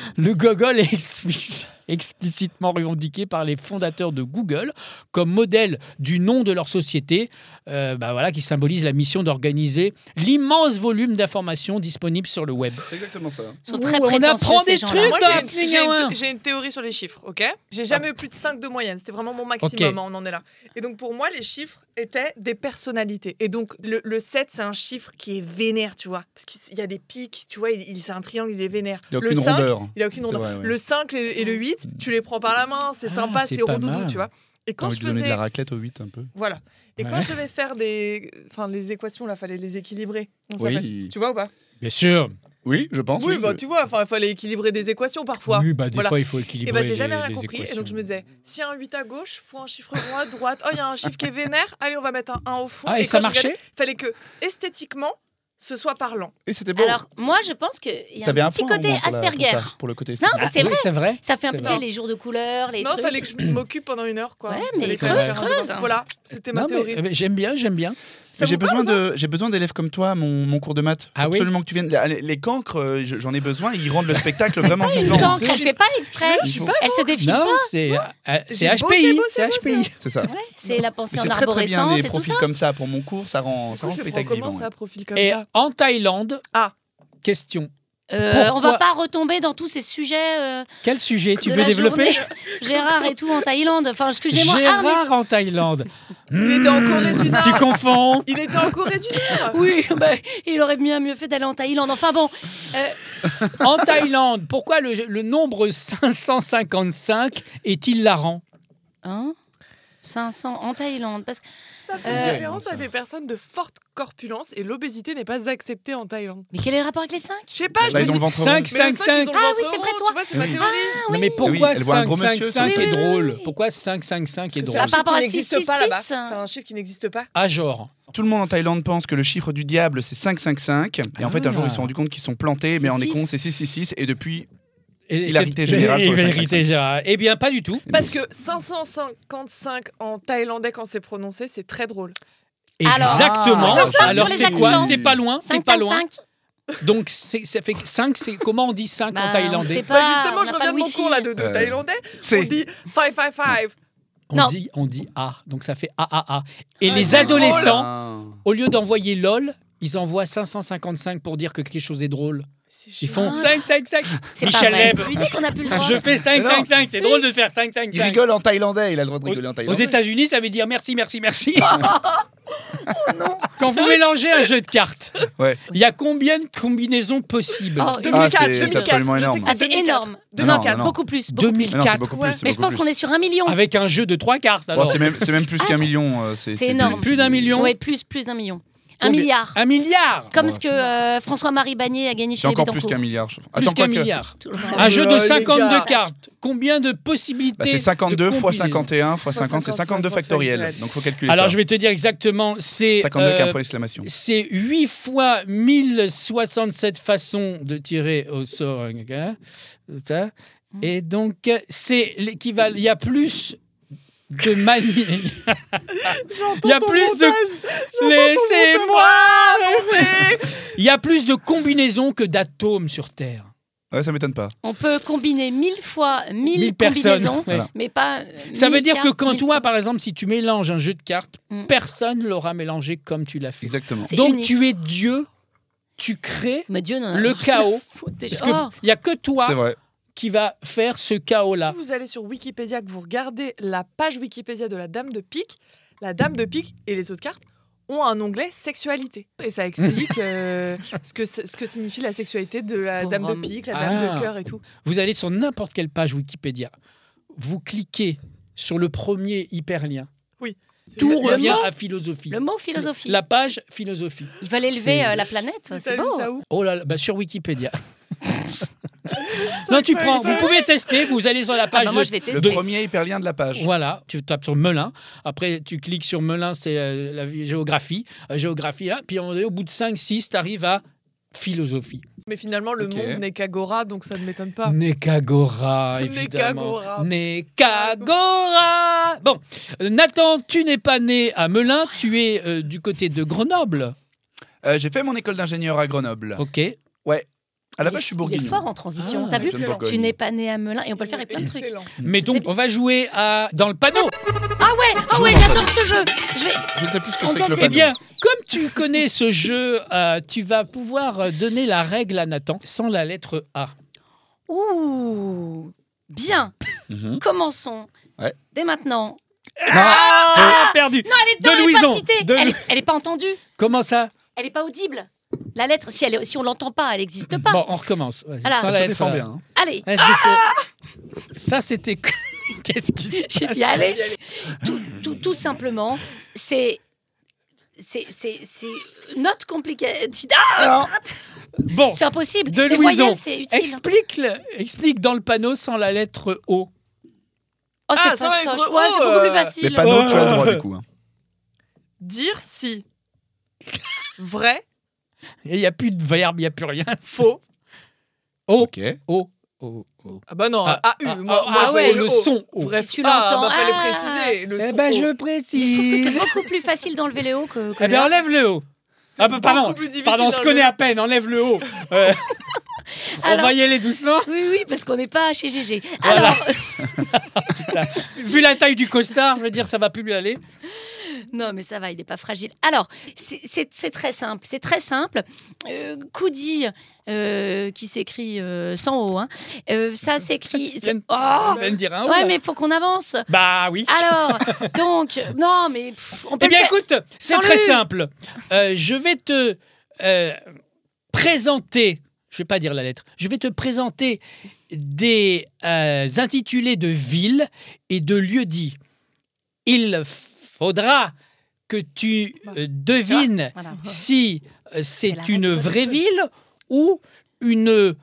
D: le Gogol est explic- explicitement revendiqué par les fondateurs de Google comme modèle du nom de leur société, euh, bah voilà, qui symbolise la mission d'organiser l'immense volume d'informations disponibles sur le web.
C: C'est exactement ça.
A: Ils sont très
D: Ouh, on
A: prétentieux,
D: apprend
A: ces
D: des
A: gens-là.
D: trucs,
B: Moi,
D: Bah,
B: j'ai une, j'ai
D: numéro
B: une-
D: un. Ah.
B: j'ai une théorie sur les chiffres, ok J'ai jamais eu plus de 5 de moyenne, c'était vraiment mon maximum,
D: Ok.
B: hein, on en est là. Et donc, pour moi, les chiffres étaient des personnalités. Et donc, le, le 7, c'est un chiffre qui est vénère, tu vois. Parce qu'il y a des pics, tu vois, il, il- c'est un triangle, il est vénère.
C: Il n'y a
B: le
C: aucune
B: 5,
C: rondeur.
B: il a aucune
C: C'est
B: rondeur.
C: vrai, ouais.
B: Le 5 et et le 8, tu les prends par la main, c'est
D: Ah,
B: sympa,
D: c'est
B: c'est
D: pas
B: rondoudou,
D: mal.
B: tu vois. Et
C: T'as
B: quand
C: envie
B: je
C: de donner de
B: faisais
C: la raclette au 8 un peu
B: Voilà. Et
D: Ouais.
B: quand je devais faire des, enfin, les équations, là, fallait les équilibrer. Comment ça s'appelle
C: Oui.
B: Tu vois ou pas
D: Bien sûr.
C: Oui, je pense.
B: Oui, bah, tu vois, enfin, il fallait équilibrer des équations parfois.
D: Oui, bah, des
B: Voilà.
D: fois, il faut équilibrer.
B: Et bah, j'ai jamais
D: les-
B: rien
D: les
B: compris. Et
D: équations.
B: donc, je me disais, s'il y a un 8 à gauche, faut un chiffre rond à droite. Oh, il y a un chiffre qui est vénère. Allez, on va mettre un 1 au fond.
D: Ah, et, ça
B: quand je regardais,
D: marchait
B: Fallait que, esthétiquement, ce soit parlant.
C: Et c'était bon.
A: Alors moi je pense qu'il y a
C: T'avais
A: un
C: un
A: petit
C: point, au
A: côté
C: moins, pour la- pour
A: Asperger.
C: ça, Pour le côté.
A: Non, mais c'est
D: Ah, oui,
A: vrai.
D: c'est vrai.
A: Ça fait un peu
D: C'est
A: tu sais, les jours de couleur, les
B: non,
A: trucs.
B: fallait que je m'occupe pendant une heure, quoi.
A: Ouais, mais
B: Fallait que
D: creuse,
B: je fasse un
A: creuse.
B: devoir. Voilà, c'était ma
D: Non, mais-
B: théorie.
D: mais J'aime bien, j'aime bien.
B: Ça
C: J'ai
B: vous
C: besoin, de, j'ai besoin d'élèves comme toi, à mon, mon cours de maths.
D: Ah oui
C: Absolument que tu viennes. Les, les cancres, euh, je- j'en ai besoin, ils rendent le spectacle vraiment vivant.
A: Non,
D: c'est-
A: elle fait pas exprès.
C: Je suis pas
A: Elle se défile
D: Non,
A: pas.
D: c'est euh, c'est
B: J'ai bossé,
D: HPI.
B: bossé,
D: C'est HPI.
C: C'est ça. Mais
A: C'est la pensée en
C: c'est très très bien
A: arborescence
C: des
A: et tout ça.
C: profils comme ça pour mon cours, ça rend,
B: Du
C: ça
B: coup,
C: rend le
B: je
C: spectacle vivant.
B: recommence
C: ouais.
B: à profil comme
D: Et
B: ça.
D: en Thaïlande,
B: Ah.
D: question.
A: Euh, on
D: Pourquoi
A: va pas retomber dans tous ces sujets euh,
D: Quel sujet tu
A: de
D: veux
A: la
D: développer
A: journée. Gérard et tout en Thaïlande. Enfin, excusez-moi, Harris.
D: Gérard en Thaïlande.
B: Il était en Corée du
D: hum. Tu
B: Nord.
D: confonds.
B: Il était en Corée du Nord.
A: Oui, bah, il aurait bien mieux fait d'aller en Thaïlande. Enfin bon,
D: En Thaïlande, pourquoi le, le nombre 555 est hilarant
A: hein 500 en Thaïlande. Parce que
B: Ça fait
A: Euh,
B: référence à des personnes de forte corpulence et l'obésité n'est pas acceptée en Thaïlande.
A: mais quel est le rapport avec les 5
B: Je sais pas, je
C: Là,
B: me
C: Bah, ils
B: dis.
C: ont le ventre
D: Bah, cinq,
C: rond.
B: mais le
D: 5,
B: cinq, ils
D: 5.
B: ont le
A: Ah
B: ventre
A: oui, c'est
B: rond,
A: vrai,
B: tu
A: toi. Ah,
B: vois, c'est ma
C: Oui.
B: théorie.
D: Non, mais pourquoi
C: elle voit un gros monsieur,
D: 555
A: oui,
D: est
A: oui, oui,
D: drôle
A: oui.
D: Pourquoi 555 est
B: Parce que
D: drôle
A: Par rapport à
B: qui n'existe
A: 666.
B: pas là-bas. C'est un chiffre qui n'existe pas.
D: Ajor,
C: Tout le monde en Thaïlande pense que le chiffre du diable, c'est 555. Et en fait, un jour,
D: Ah.
C: ils se sont rendus compte qu'ils sont plantés,
A: C'est
C: mais en
A: six.
C: con, c'est 666. Et depuis,
D: Et
C: Hilarité
D: c'est-
C: générale sur le
D: Hilarité
C: 555.
D: générale. Eh bien, pas du tout.
B: Parce que 555 en thaïlandais quand c'est prononcé, c'est très drôle.
A: Alors-
D: Exactement.
A: Ça, ça, sur
D: Alors,
A: les
D: c'est quoi
A: accents.
D: T'es pas loin. T'es
A: 5,
D: pas loin.
A: 5,
D: Donc, c'est- ça fait 5, c'est comment on dit 5 en thaïlandais
B: Bah, justement, je reviens de mon cours là de, de
C: Euh,
B: thaïlandais. On
C: c'est.
B: dit 555.
A: Non.
D: On dit, on dit A, donc ça fait A, A, A. Et
A: Ah,
D: les
A: c'est
D: adolescents,
C: Ah.
D: au lieu d'envoyer LOL, ils envoient 555 pour dire que quelque chose est drôle.
B: C'est
D: Ils
B: chiant.
D: font
A: Ah.
D: 5, 5, 5.
A: C'est
D: Michel
A: pas vrai.
D: Leb.
A: Je lui dis qu'on a plus le droit.
D: Je fais 5,
C: Ah, non.
D: 5, 5. C'est drôle de faire 5, 5,
C: Il
D: 5.
C: rigole en thaïlandais, il a le droit de Ah. rigoler en
D: Aux, aux
C: thaïlandais.
D: États-Unis, ça veut dire merci, merci, merci.
C: Oh
D: Quand vous mélangez un jeu de cartes,
C: Ouais.
D: il y a combien de combinaisons possibles
A: Oh, une-
B: 2004,
C: Ah, c'est- c'est
B: 2004.
C: absolument
B: je sais que
C: énorme.
A: Ah, c'est
B: 2004.
A: énorme.
C: Non,
A: non,
C: non,
A: c'est
C: non.
A: beaucoup plus. beaucoup plus.
C: Mais non, c'est
D: 2004
C: beaucoup
B: ouais.
C: plus. c'est
A: Mais je
C: beaucoup
A: pense qu'on
C: plus.
A: est sur un million.
D: avec un jeu de 3 cartes.
C: Bon,
D: Alors,
C: Oh, c'est même, c'est même plus qu'un
A: Attends.
C: million. euh, C'est
A: C'est
C: c'est
A: énorme.
D: Plus d'un million. Ah,
A: Oui, plus, plus d'un million. Un
D: Combien
A: milliard.
D: Un milliard
A: Comme
C: Ouais.
A: ce que euh, François-Marie Bagné a gagné
C: C'est
A: chez les
C: encore plus
A: Bettencourt.
C: qu'un milliard. je-
D: Plus
C: Attends,
D: qu'un
C: quoi que-
D: milliard.
A: Toujours
D: Un jeu
B: Euh,
D: de
B: les
D: 52
B: gars.
D: cartes. Combien de possibilités
C: Bah, c'est 52
D: de
C: fois
D: combinaisons
C: 51 fois 50, c'est 52 factoriel. Donc faut calculer
D: Alors
C: ça.
D: je vais te dire exactement, c'est
C: 52 avec
D: euh,
C: un point d'exclamation.
D: c'est 8 fois 1067 façons de tirer au sort. hein, hein.
A: Mm.
D: Et donc euh, c'est l'équivalent, il y a plus de manières.
B: J'entends
D: Il y a
B: ton
D: plus de
B: montage.
D: Laissez-moi
B: monter.
D: Il y a plus de combinaisons que d'atomes sur Terre.
C: Ouais, ça m'étonne pas.
A: On peut combiner mille fois mille,
D: Mille personnes.
A: combinaisons,
D: Voilà.
A: mais pas. euh,
D: Ça
A: mille
D: veut dire que
A: cartes,
D: quand
A: mille
D: toi,
A: fois.
D: par exemple, si tu mélanges un jeu de cartes,
A: Mm.
D: personne l'aura mélangé comme tu l'as fait.
C: Exactement.
A: C'est
D: Donc
A: unique.
D: tu es Dieu, tu crées,
A: Mais Dieu n'en a
D: Le
A: rien à
D: chaos.
A: foutre déjà. Oh,
D: parce qu'il n'y a que
C: C'est
D: toi
C: vrai.
D: qui va faire ce
B: Si
D: chaos-là.
B: vous allez sur Wikipédia, que vous regardez la page Wikipédia de la Dame de Pique, la Dame de Pique et les autres cartes ont un onglet sexualité. Et ça explique euh, ce, que, c'est- ce que signifie la sexualité de la
A: Pauvre
B: Dame de
A: homme.
B: Pique, la Dame
D: Ah.
B: de Cœur et tout.
D: Vous allez sur n'importe quelle page Wikipédia, vous cliquez sur le premier hyperlien. Tout
B: Le- le
D: revient
B: mot-
D: à philosophie.
A: Le mot philosophie.
D: La page philosophie.
A: Il fallait
D: C'est-
A: élever euh, la planète, ça,
B: T'as
A: c'est
B: lu
A: beau.
B: ça où
D: Oh là là, bah sur Wikipédia. non, tu
B: ça,
D: prends,
B: ça.
D: vous pouvez tester, vous allez sur la
A: Ah
D: page
A: bah moi,
D: de-
A: je vais
C: Le
A: tester.
C: premier hyperlien de la page.
D: Voilà, tu tapes sur Melun. Après, tu cliques sur Melun, c'est euh, la vie- géographie. Euh, géographie, là. Puis à un moment donné, au bout de 5-6, tu arrives à philosophie.
B: Mais finalement, le
C: Ok.
B: monde n'est qu'agora, donc ça ne m'étonne pas.
D: Nekagora, évidemment.
B: Nekagora.
D: Nekagora. Bon, euh, Nathan, tu n'es pas né à Melun, tu es euh, du côté de Grenoble.
C: Euh, J'ai fait mon école d'ingénieur à Grenoble.
D: Ok.
C: À la base, je suis
A: Il est
C: bourguignon.
A: fort en transition,
D: Ah,
A: t'as vu
C: je ne bourgogne.
A: Tu n'es pas né à Melun et on peut le faire avec plein de trucs.
B: Excellent.
D: Mais donc, on va jouer à... dans le panneau.
A: Ah ouais, ah ouais, j'adore ce jeu. Je vais.
C: Je ne sais plus ce que
A: On
C: c'est que
A: gagne.
C: le
D: Eh
C: panneau.
D: bien, comme tu connais ce jeu, euh, tu vas pouvoir euh, donner la règle à Nathan sans la lettre A.
A: Ouh, bien.
C: Mhm.
A: Commençons.
C: Ouais.
A: Dès maintenant.
D: Ah, perdu.
A: Non, elle est dedans,
D: De
A: elle est
D: Louison.
A: pas citée.
D: De-
A: Elle, est, elle est pas entendue.
D: Comment ça
A: Elle est pas audible. La lettre, si, elle est- si on l'entend pas, elle n'existe pas.
D: Bon, on recommence. Vas-y,
A: Alors.
D: sans
C: Ça
D: la
C: se
D: lettre.
C: défend bien. hein.
A: Allez.
D: Ouais, c'est- ça, c'était. Qu'est-ce qui se
A: J'ai
D: passe
A: dit allez. Tout, tout, tout simplement, c'est. C'est c'est- c'est notre complication. Ah
D: Bon,
A: c'est impossible.
D: De
A: Les
D: Louison.
A: voyelles, c'est utile.
D: explique, le- explique dans le panneau sans la lettre
A: Oh,
D: O.
B: Ah,
A: c'est
B: ça
A: pas-
B: va être
A: ouais, c'est
B: haut,
A: beaucoup plus
B: euh,
C: Les
A: facile.
C: panneaux, tu as le droit du coup. hein.
B: Dire si vrai,
D: Et Il n'y a plus de verbe, il n'y a plus rien.
B: faux.
D: O.
C: Ok.
D: O. O. O.
B: Ah bah non, ah, U, moi,
D: ah,
B: moi, je
D: ouais,
B: voyais
D: le
B: O.
D: son O.
B: Bref,
A: Si tu
B: ah,
A: l'entends,
B: bah, fallait
A: ah.
B: préciser le
D: Eh
B: son
D: ben,
B: O.
D: je
A: Je trouve que c'est
D: précise.
A: beaucoup plus facile d'enlever les hauts que. que
D: Eh
A: les
D: bien,
A: bas.
D: enlève le O.
B: C'est
D: Ah, bah, pardon,
B: beaucoup plus difficile
D: pardon, on
B: dans
D: se
B: le-
D: connaît à peine, enlève le O. Euh, on
A: Alors-
D: va y aller doucement.
A: Oui, oui, parce qu'on n'est pas chez GG.
D: Voilà.
A: Alors,
D: Vu la taille du costard, je veux dire, ça va plus lui aller.
A: non, mais ça va, il n'est pas fragile. Alors, c'est- c'est c'est très simple. C'est très simple. Euh, Coudi, euh, qui s'écrit euh, sans O, hein, euh, ça s'écrit.
D: viens de-
A: Oh
D: On va me dire un O.
A: Ouais,
D: là.
A: mais faut qu'on avance.
D: Bah oui.
A: Alors, donc, non, mais pff, on peut
D: Eh bien,
A: le faire.
D: écoute, c'est
A: Sans
D: très
A: lui.
D: simple. Euh, je vais te euh, présenter, je vais pas dire la lettre, je vais te présenter des euh, intitulés de villes et de lieux dits. Il faudra que tu euh, devines
A: Voilà.
D: si euh,
A: Bah, C'est la
D: c'est
A: règle
D: une
A: de
D: vraie
A: jeu.
D: ville ou une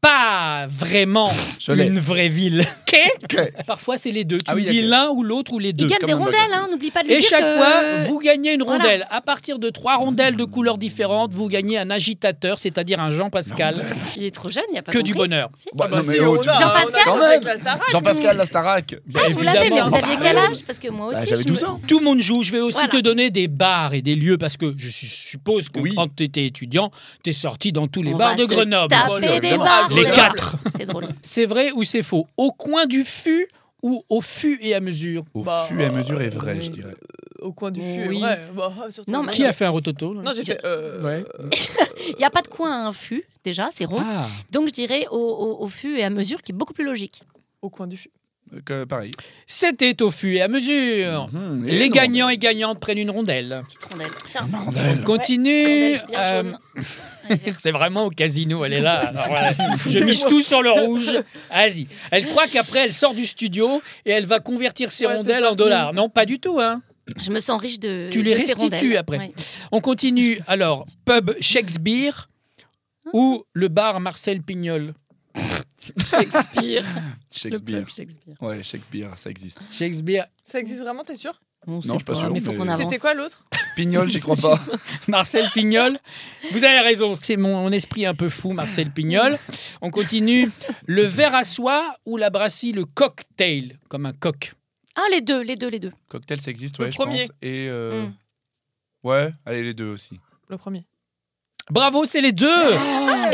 D: pas vraiment
C: Je l'ai.
D: une vraie ville. Ok
C: Ok.
D: Parfois, c'est les deux. Tu
C: Ah oui,
D: me dis
C: d'accord.
D: l'un ou l'autre ou les deux.
A: Il gagne
C: comme
A: des
C: un bug,
A: rondelles,
C: en
A: hein,
C: plus.
A: n'oublie pas de le
D: Et
A: dire.
D: chaque
A: que-
D: fois, vous gagnez une
A: Voilà.
D: rondelle. À partir de trois rondelles de couleurs différentes, vous gagnez un agitateur, c'est-à-dire un Jean Pascal.
A: Il est trop jeune, il n'y a pas
D: Que du
A: compris.
D: bonheur.
A: Si.
C: Bah, non, mais
B: si,
C: oh,
B: on
C: tu-
B: a-
A: Jean-Pascal
B: on a
C: Quand même.
B: avec la Starac,
C: Jean-Pascal Lastarac.
A: Ah, vous l'avez, mais
D: Évidemment. Ah
A: vous aviez quel
C: Bah,
A: âge Parce que moi
C: Bah,
A: aussi.
C: J'avais
A: je me-
C: 12 ans.
D: Tout le monde joue. Je vais aussi
A: Voilà.
D: te donner des bars et des lieux parce que je su- suppose que
C: Oui.
D: quand tu étais étudiant, tu es sorti dans tous les
A: On
D: bars
A: va
D: de
A: se
D: Grenoble.
A: Taper des
C: Évidemment.
A: barres.
D: Les
A: c'est
D: quatre.
A: drôle. C'est drôle.
D: C'est vrai ou c'est faux Au coin du fût ou au fût et à mesure
C: Au
B: Bah,
C: fur et à mesure est vrai,
B: euh,
C: je dirais.
B: euh, Au coin du fût.
A: Oui.
B: ouais, bah, surtout
A: Ah Non,
B: au
A: mais-
D: Qui
B: coin
D: a fait un rototo là
B: du- Non, j'ai fait. euh,
D: Ouais.
A: Il n'y a pas de coin à un fût, déjà, c'est rond.
D: Ah.
A: Donc je dirais au, au- au fût et à mesure, qui est beaucoup plus logique.
B: Au coin du fût.
C: Euh, que- pareil.
D: C'était au fût et à mesure.
C: Mhm, et
D: Les
C: non.
D: gagnants et gagnantes prennent une rondelle.
A: Petite rondelle. Tiens,
C: Une rondelle.
D: Continue.
A: rondelle bien
D: Euh,
A: jaune. Allez, vert.
D: C'est vraiment au casino, elle est là. Alors, voilà. Je mise tout sur le rouge. Vas-y. Elle croit qu'après, elle sort du studio et elle va convertir ses
B: Ouais, c'est
D: rondelles
B: ça.
D: en dollars. Non, pas du tout. Hein.
A: Je me sens riche de.
D: Tu les
A: de ces
D: restitues
A: rondelles.
D: après.
A: Ouais.
D: On continue. Alors, pub Shakespeare ou le bar Marcel Pignol
A: Shakespeare. le
C: Shakespeare.
A: peuple Shakespeare.
C: Ouais, Shakespeare, ça existe.
D: Shakespeare,
B: Ça existe vraiment, t'es sûr
A: Bon,
C: je suis pas sûr,
A: Mais faut
C: mais-
A: qu'on avance.
B: C'était quoi l'autre
C: Pignol, j'y crois pas.
D: Marcel Pignol. Vous avez raison, c'est mon esprit un peu fou, Marcel Pignol. On continue. Le verre à soie ou la brassie, le cocktail, comme un coq.
A: Ah, les deux, les deux, les deux.
C: Cocktail, ça existe,
B: Le
C: ouais, je
B: premier.
C: pense. Et. euh,
A: Mm.
C: Ouais, allez, les deux aussi.
B: Le premier.
D: Bravo, c'est les deux.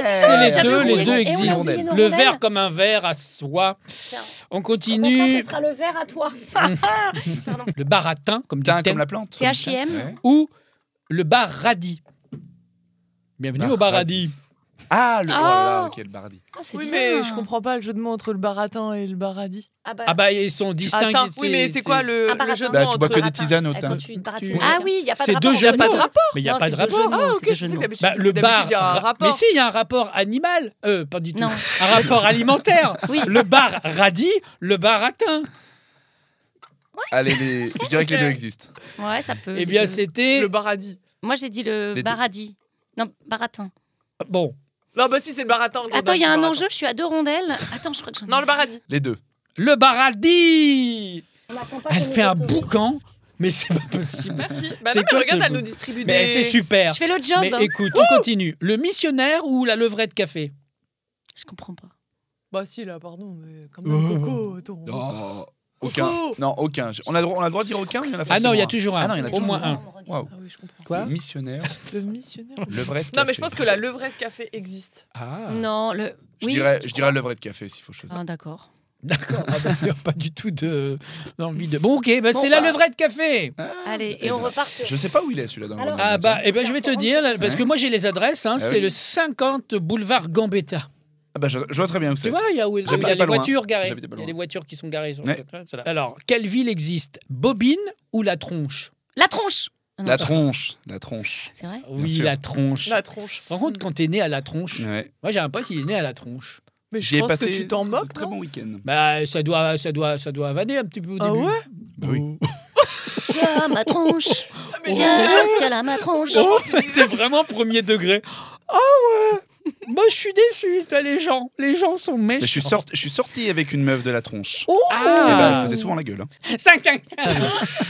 D: C'est les
A: J'avais
D: deux,
A: oublié qu'on-
D: les
A: et
D: deux
A: on a
D: existent.
A: oublié nos
D: Le
A: rondelles.
D: verre comme un verre à soie.
A: Tiens.
D: On continue.
A: sera le verre à toi.
D: Le baratin, comme dit
C: Tiens,
D: thème,
C: comme la plante.
A: THM.
C: Ouais.
D: ou le bar radis. Bienvenue
C: Bar
D: au bar
C: radis.
D: radis.
C: Ah, le.
A: Oh.
C: Oh là là, ok, le bardi.
A: Ah, c'est
B: Oui,
A: bien.
B: mais je comprends pas le jeu de mots entre le baratin et le baradi.
A: Ah, bah,
D: Ah bah ils sont distingués.
B: Attends, oui, mais c'est quoi le,
A: Un
B: le jeu de
A: baratin.
B: mots entre.
C: Bah, tu bois que
A: Entre-
C: des tisanes au thym.
A: quand tu baratines.
D: tu-
A: Ah oui, il n'y a pas de
D: C'est
A: rapport.
D: deux jeux,
A: entre
D: pas
A: les
D: de
A: deux.
D: rapport. Mais il n'y a
A: Non,
D: pas
A: c'est
D: de
A: deux
D: rapport.
A: jeux de mots,
B: Ah,
A: c'est
B: ok,
A: des
B: je
A: jeux
B: sais
A: de
B: que
A: mots.
B: d'habitude,
D: Bah, le
B: d'habitude,
D: bar.
B: il y a un rapport.
D: Mais si, il y a un rapport animal. Euh, pas du tout.
A: Non.
D: Un rapport alimentaire.
A: Oui.
D: Le bar radis, le baratin.
C: Allez, les... je dirais que les deux existent.
A: Ouais, ça peut.
D: Eh
A: les
D: bien,
A: deux.
D: c'était.
B: Le baradi.
A: Moi, j'ai dit le
C: Les deux.
A: baradi. Non, baratin.
D: Bon,
B: Non, bah si, c'est le baratin. qu'on
A: Attends, il y a
B: dit,
A: un
B: baratin.
A: enjeu, je suis à deux rondelles. Attends, je crois que j'en ai.
B: Non, le baradi.
C: Les deux.
D: le bar radis.
A: On n'attend pas
D: Elle
A: qu'on
D: fait
A: nous
D: un
A: autorise.
D: boucan, mais c'est pas possible.
B: Merci. Bah
D: C'est
B: non, mais
D: quoi
B: regarde,
D: ce
B: elle
D: jeu
B: nous distribue
D: Mais
B: des.
D: c'est super.
A: Je fais le job. Hein.
D: Mais écoute, on continue. Le missionnaire ou la levrette café
A: Je comprends pas.
B: Bah si, là, pardon, mais quand même,
C: Oh.
B: Coco, attends.
C: Oh, Aucun.
B: Oh.
C: Non, aucun. Je- On a, le droit, on a le droit de dire aucun ou il y en a
D: Ah non, il y a
C: forcément
D: toujours un.
C: Ah non, il y en a
D: Au
C: toujours
D: moins un.
C: Waouh.
B: Ah oui, je comprends.
D: Quoi
C: Le missionnaire,
B: Le missionnaire.
C: le vrai.
B: Non, mais je pense que la levrette café existe.
D: Ah.
A: Non, le.
C: Je
A: oui.
C: dirais, je dirais le vrai de café s'il faut choisir.
A: Ah, d'accord.
D: D'accord. Ah bah, t'as pas du tout de- d'envie de. Bon, ok, bah,
C: Bon,
D: c'est
C: bah. Ah,
D: la levrette café.
A: Allez, et on repart sur.
C: Je sais pas où il est celui-là dans le
A: Alors-
C: Grand
D: Ah
C: Moyen-Orient.
D: bah, eh ben, je vais te dire, là, parce que moi j'ai les adresses, hein,
C: Ah
D: c'est
C: oui.
D: le 50 boulevard Gambetta.
C: Ah bah, je, je vois très bien où
D: Tu
C: c'est.
D: vois, il y a, où, il y a
C: J'habitais
D: les
C: pas loin.
D: voitures garées.
C: J'habitais pas
D: Il y a
C: loin.
D: les voitures qui sont garées. sur-
C: Ouais.
D: c'est là. Alors, quelle ville existe Bobine ou la tronche
A: La tronche Ah non,
C: La tronche, la tronche.
A: C'est vrai
D: Oui,
C: sûr.
D: la tronche.
B: La tronche.
D: Par contre, quand t'es né à la tronche,
C: Ouais.
D: moi j'ai un pote, il est né à la tronche.
B: Mais
C: J'y
B: je
C: ai
B: pense
C: passé
B: que tu t'en
C: de
B: moques,
C: Très
B: non
C: bon week-end.
D: Bah, ça doit, ça doit, ça doit vanner un petit peu au
B: Ah
D: début.
B: ouais
C: Oui.
A: Ah, ma tronche
B: Ah, mais
A: Qu'est-ce qu'elle a, ma tronche
D: Oh, t'es vraiment premier degré. Ah ouais Moi je suis déçu, t'as les gens. Les gens sont Ah. méchants.
C: Mais je suis, sorti, je suis sorti avec une meuf de la tronche.
D: Oh
C: Et bah, elle
D: ah.
C: faisait souvent la gueule. hein.
D: 5, 5, 5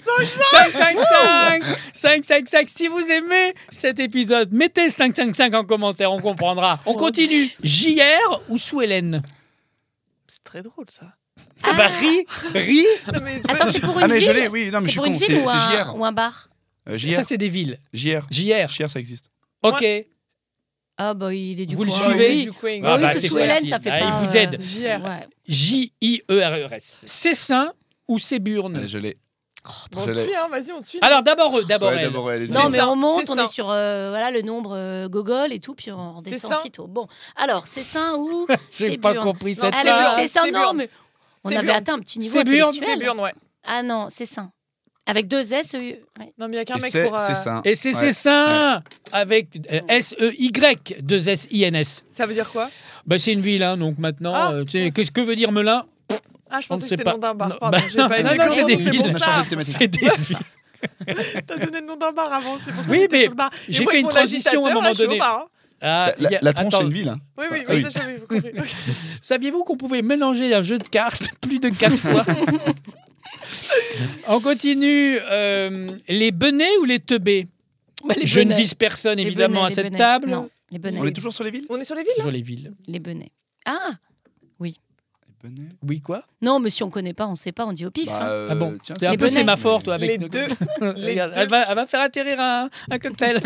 D: 5, 5, 5 5, 5, 5 Si vous aimez cet épisode, mettez 5, 5, 5 en commentaire, on comprendra. On continue. JR ou sous Hélène
B: C'est très drôle, ça.
A: Ah.
D: Bah, ris, ris.
B: Non, mais tu
A: Attends, c'est pour une
C: Ah mais je
A: ville
C: l'ai, oui, non mais
A: C'est
C: je suis
A: pour
C: con,
A: une
C: c'est c'est
A: ville ou
C: JR.
A: un, ou un bar
C: Euh,
D: Ça,
C: JR.
D: c'est des villes.
C: JR.
D: JR.
C: JR, ça existe.
D: Ok.
A: Ah bah il est du
D: Vous le
A: coin.
D: suivez
A: Oui.
B: du Queen.
A: Ah, oui,
D: bah,
A: parce que
D: c'est
A: sous Hélène,
D: facile.
A: ça fait
D: Ah, il
A: pas... euh,
D: vous aide. E
B: JR.
A: Ouais.
D: J-I-E-R-E-S. Cessin ou Séburne
C: Allez, Euh, je l'ai.
A: Oh,
B: Bon, on
C: Je
B: te
C: l'ai.
B: suit, hein, vas-y, on te suit.
D: Alors d'abord eux, d'abord
C: Ouais,
D: elle.
C: d'abord, allez-y.
A: Non,
B: C'est
A: mais
B: ça,
A: on monte,
B: c'est
A: on
B: ça.
A: est sur euh, voilà, le nombre euh, gogol et tout, puis on redescend
B: ça.
A: sitôt. Bon, alors, c'est sain ou
D: J'ai pas
A: Séburne.
D: compris
B: Non,
D: ça.
A: Allez,
B: Séburne,
A: c'est sain, non,
B: Séburne.
A: mais on
B: Séburne.
A: avait atteint un petit niveau
D: Séburne,
A: intellectuel.
B: C'est Burn, ouais.
A: Ah non, c'est sain. Avec deux S, euh, ouais.
B: Non, mais il y a qu'un
C: Et
B: mec
C: c'est
B: pour. euh,
C: c'est ça.
D: Et c'est
C: Ouais.
D: Cessin avec euh, S-E-Y, 2 S-I-N-S.
B: Ça veut dire quoi
D: Bah, c'est une ville, hein, donc maintenant,
B: Ah.
D: euh, tu sais, qu'est-ce que veut dire Melun
B: Ah, je
D: On
B: pensais que
D: sait
B: c'était
D: pas.
B: le nom d'un
D: Non,
B: bar. Pardon,
D: bah
B: j'ai pas
D: non,
B: aimé.
D: non,
B: Comment
D: c'est
B: on
D: des
B: dit, c'est
D: villes.
B: pour
C: On a
B: ça.
C: changé de thématique.
D: C'est des villes.
B: T'as donné le nom d'un bar avant, c'est pour ça
D: Oui,
B: que j'étais
D: mais
B: sur le bar. Et
D: j'ai
B: moi,
D: fait
B: ils
D: une
B: font de
D: transition à un
B: l'agitateur,
D: moment
B: là, je suis au
D: donné.
B: bar, hein.
D: Ah,
C: La, la-
D: il y a-
C: la tronche,
D: attends,
C: c'est une ville. hein.
B: Oui, oui,
C: Ah
B: oui,
C: oui.
B: ça, j'avais compris. Ok.
D: Saviez-vous qu'on pouvait mélanger un jeu de cartes plus de quatre fois On continue. euh, les benets ou les teubés
A: Bah, les
D: Je ne
A: benets.
D: vise personne,
A: Les
D: évidemment,
A: benets,
D: à
A: les
D: cette
A: benets.
D: table.
A: Non, les benets.
C: On est toujours sur les villes
B: On est sur les villes, là
D: Toujours les villes.
A: Les benets. Ah
C: Les benets
D: Oui, quoi
A: Non, mais si on connaît pas, on sait pas, on dit au pif. hein.
C: euh,
D: Ah bon
C: tiens,
D: T'es un
A: les
D: peu
A: benets.
D: sémaphore, toi, avec
B: Les
D: nous.
B: deux. les
D: Euh, Regarde,
B: deux.
D: elle, va, elle va faire atterrir un, un cocktail.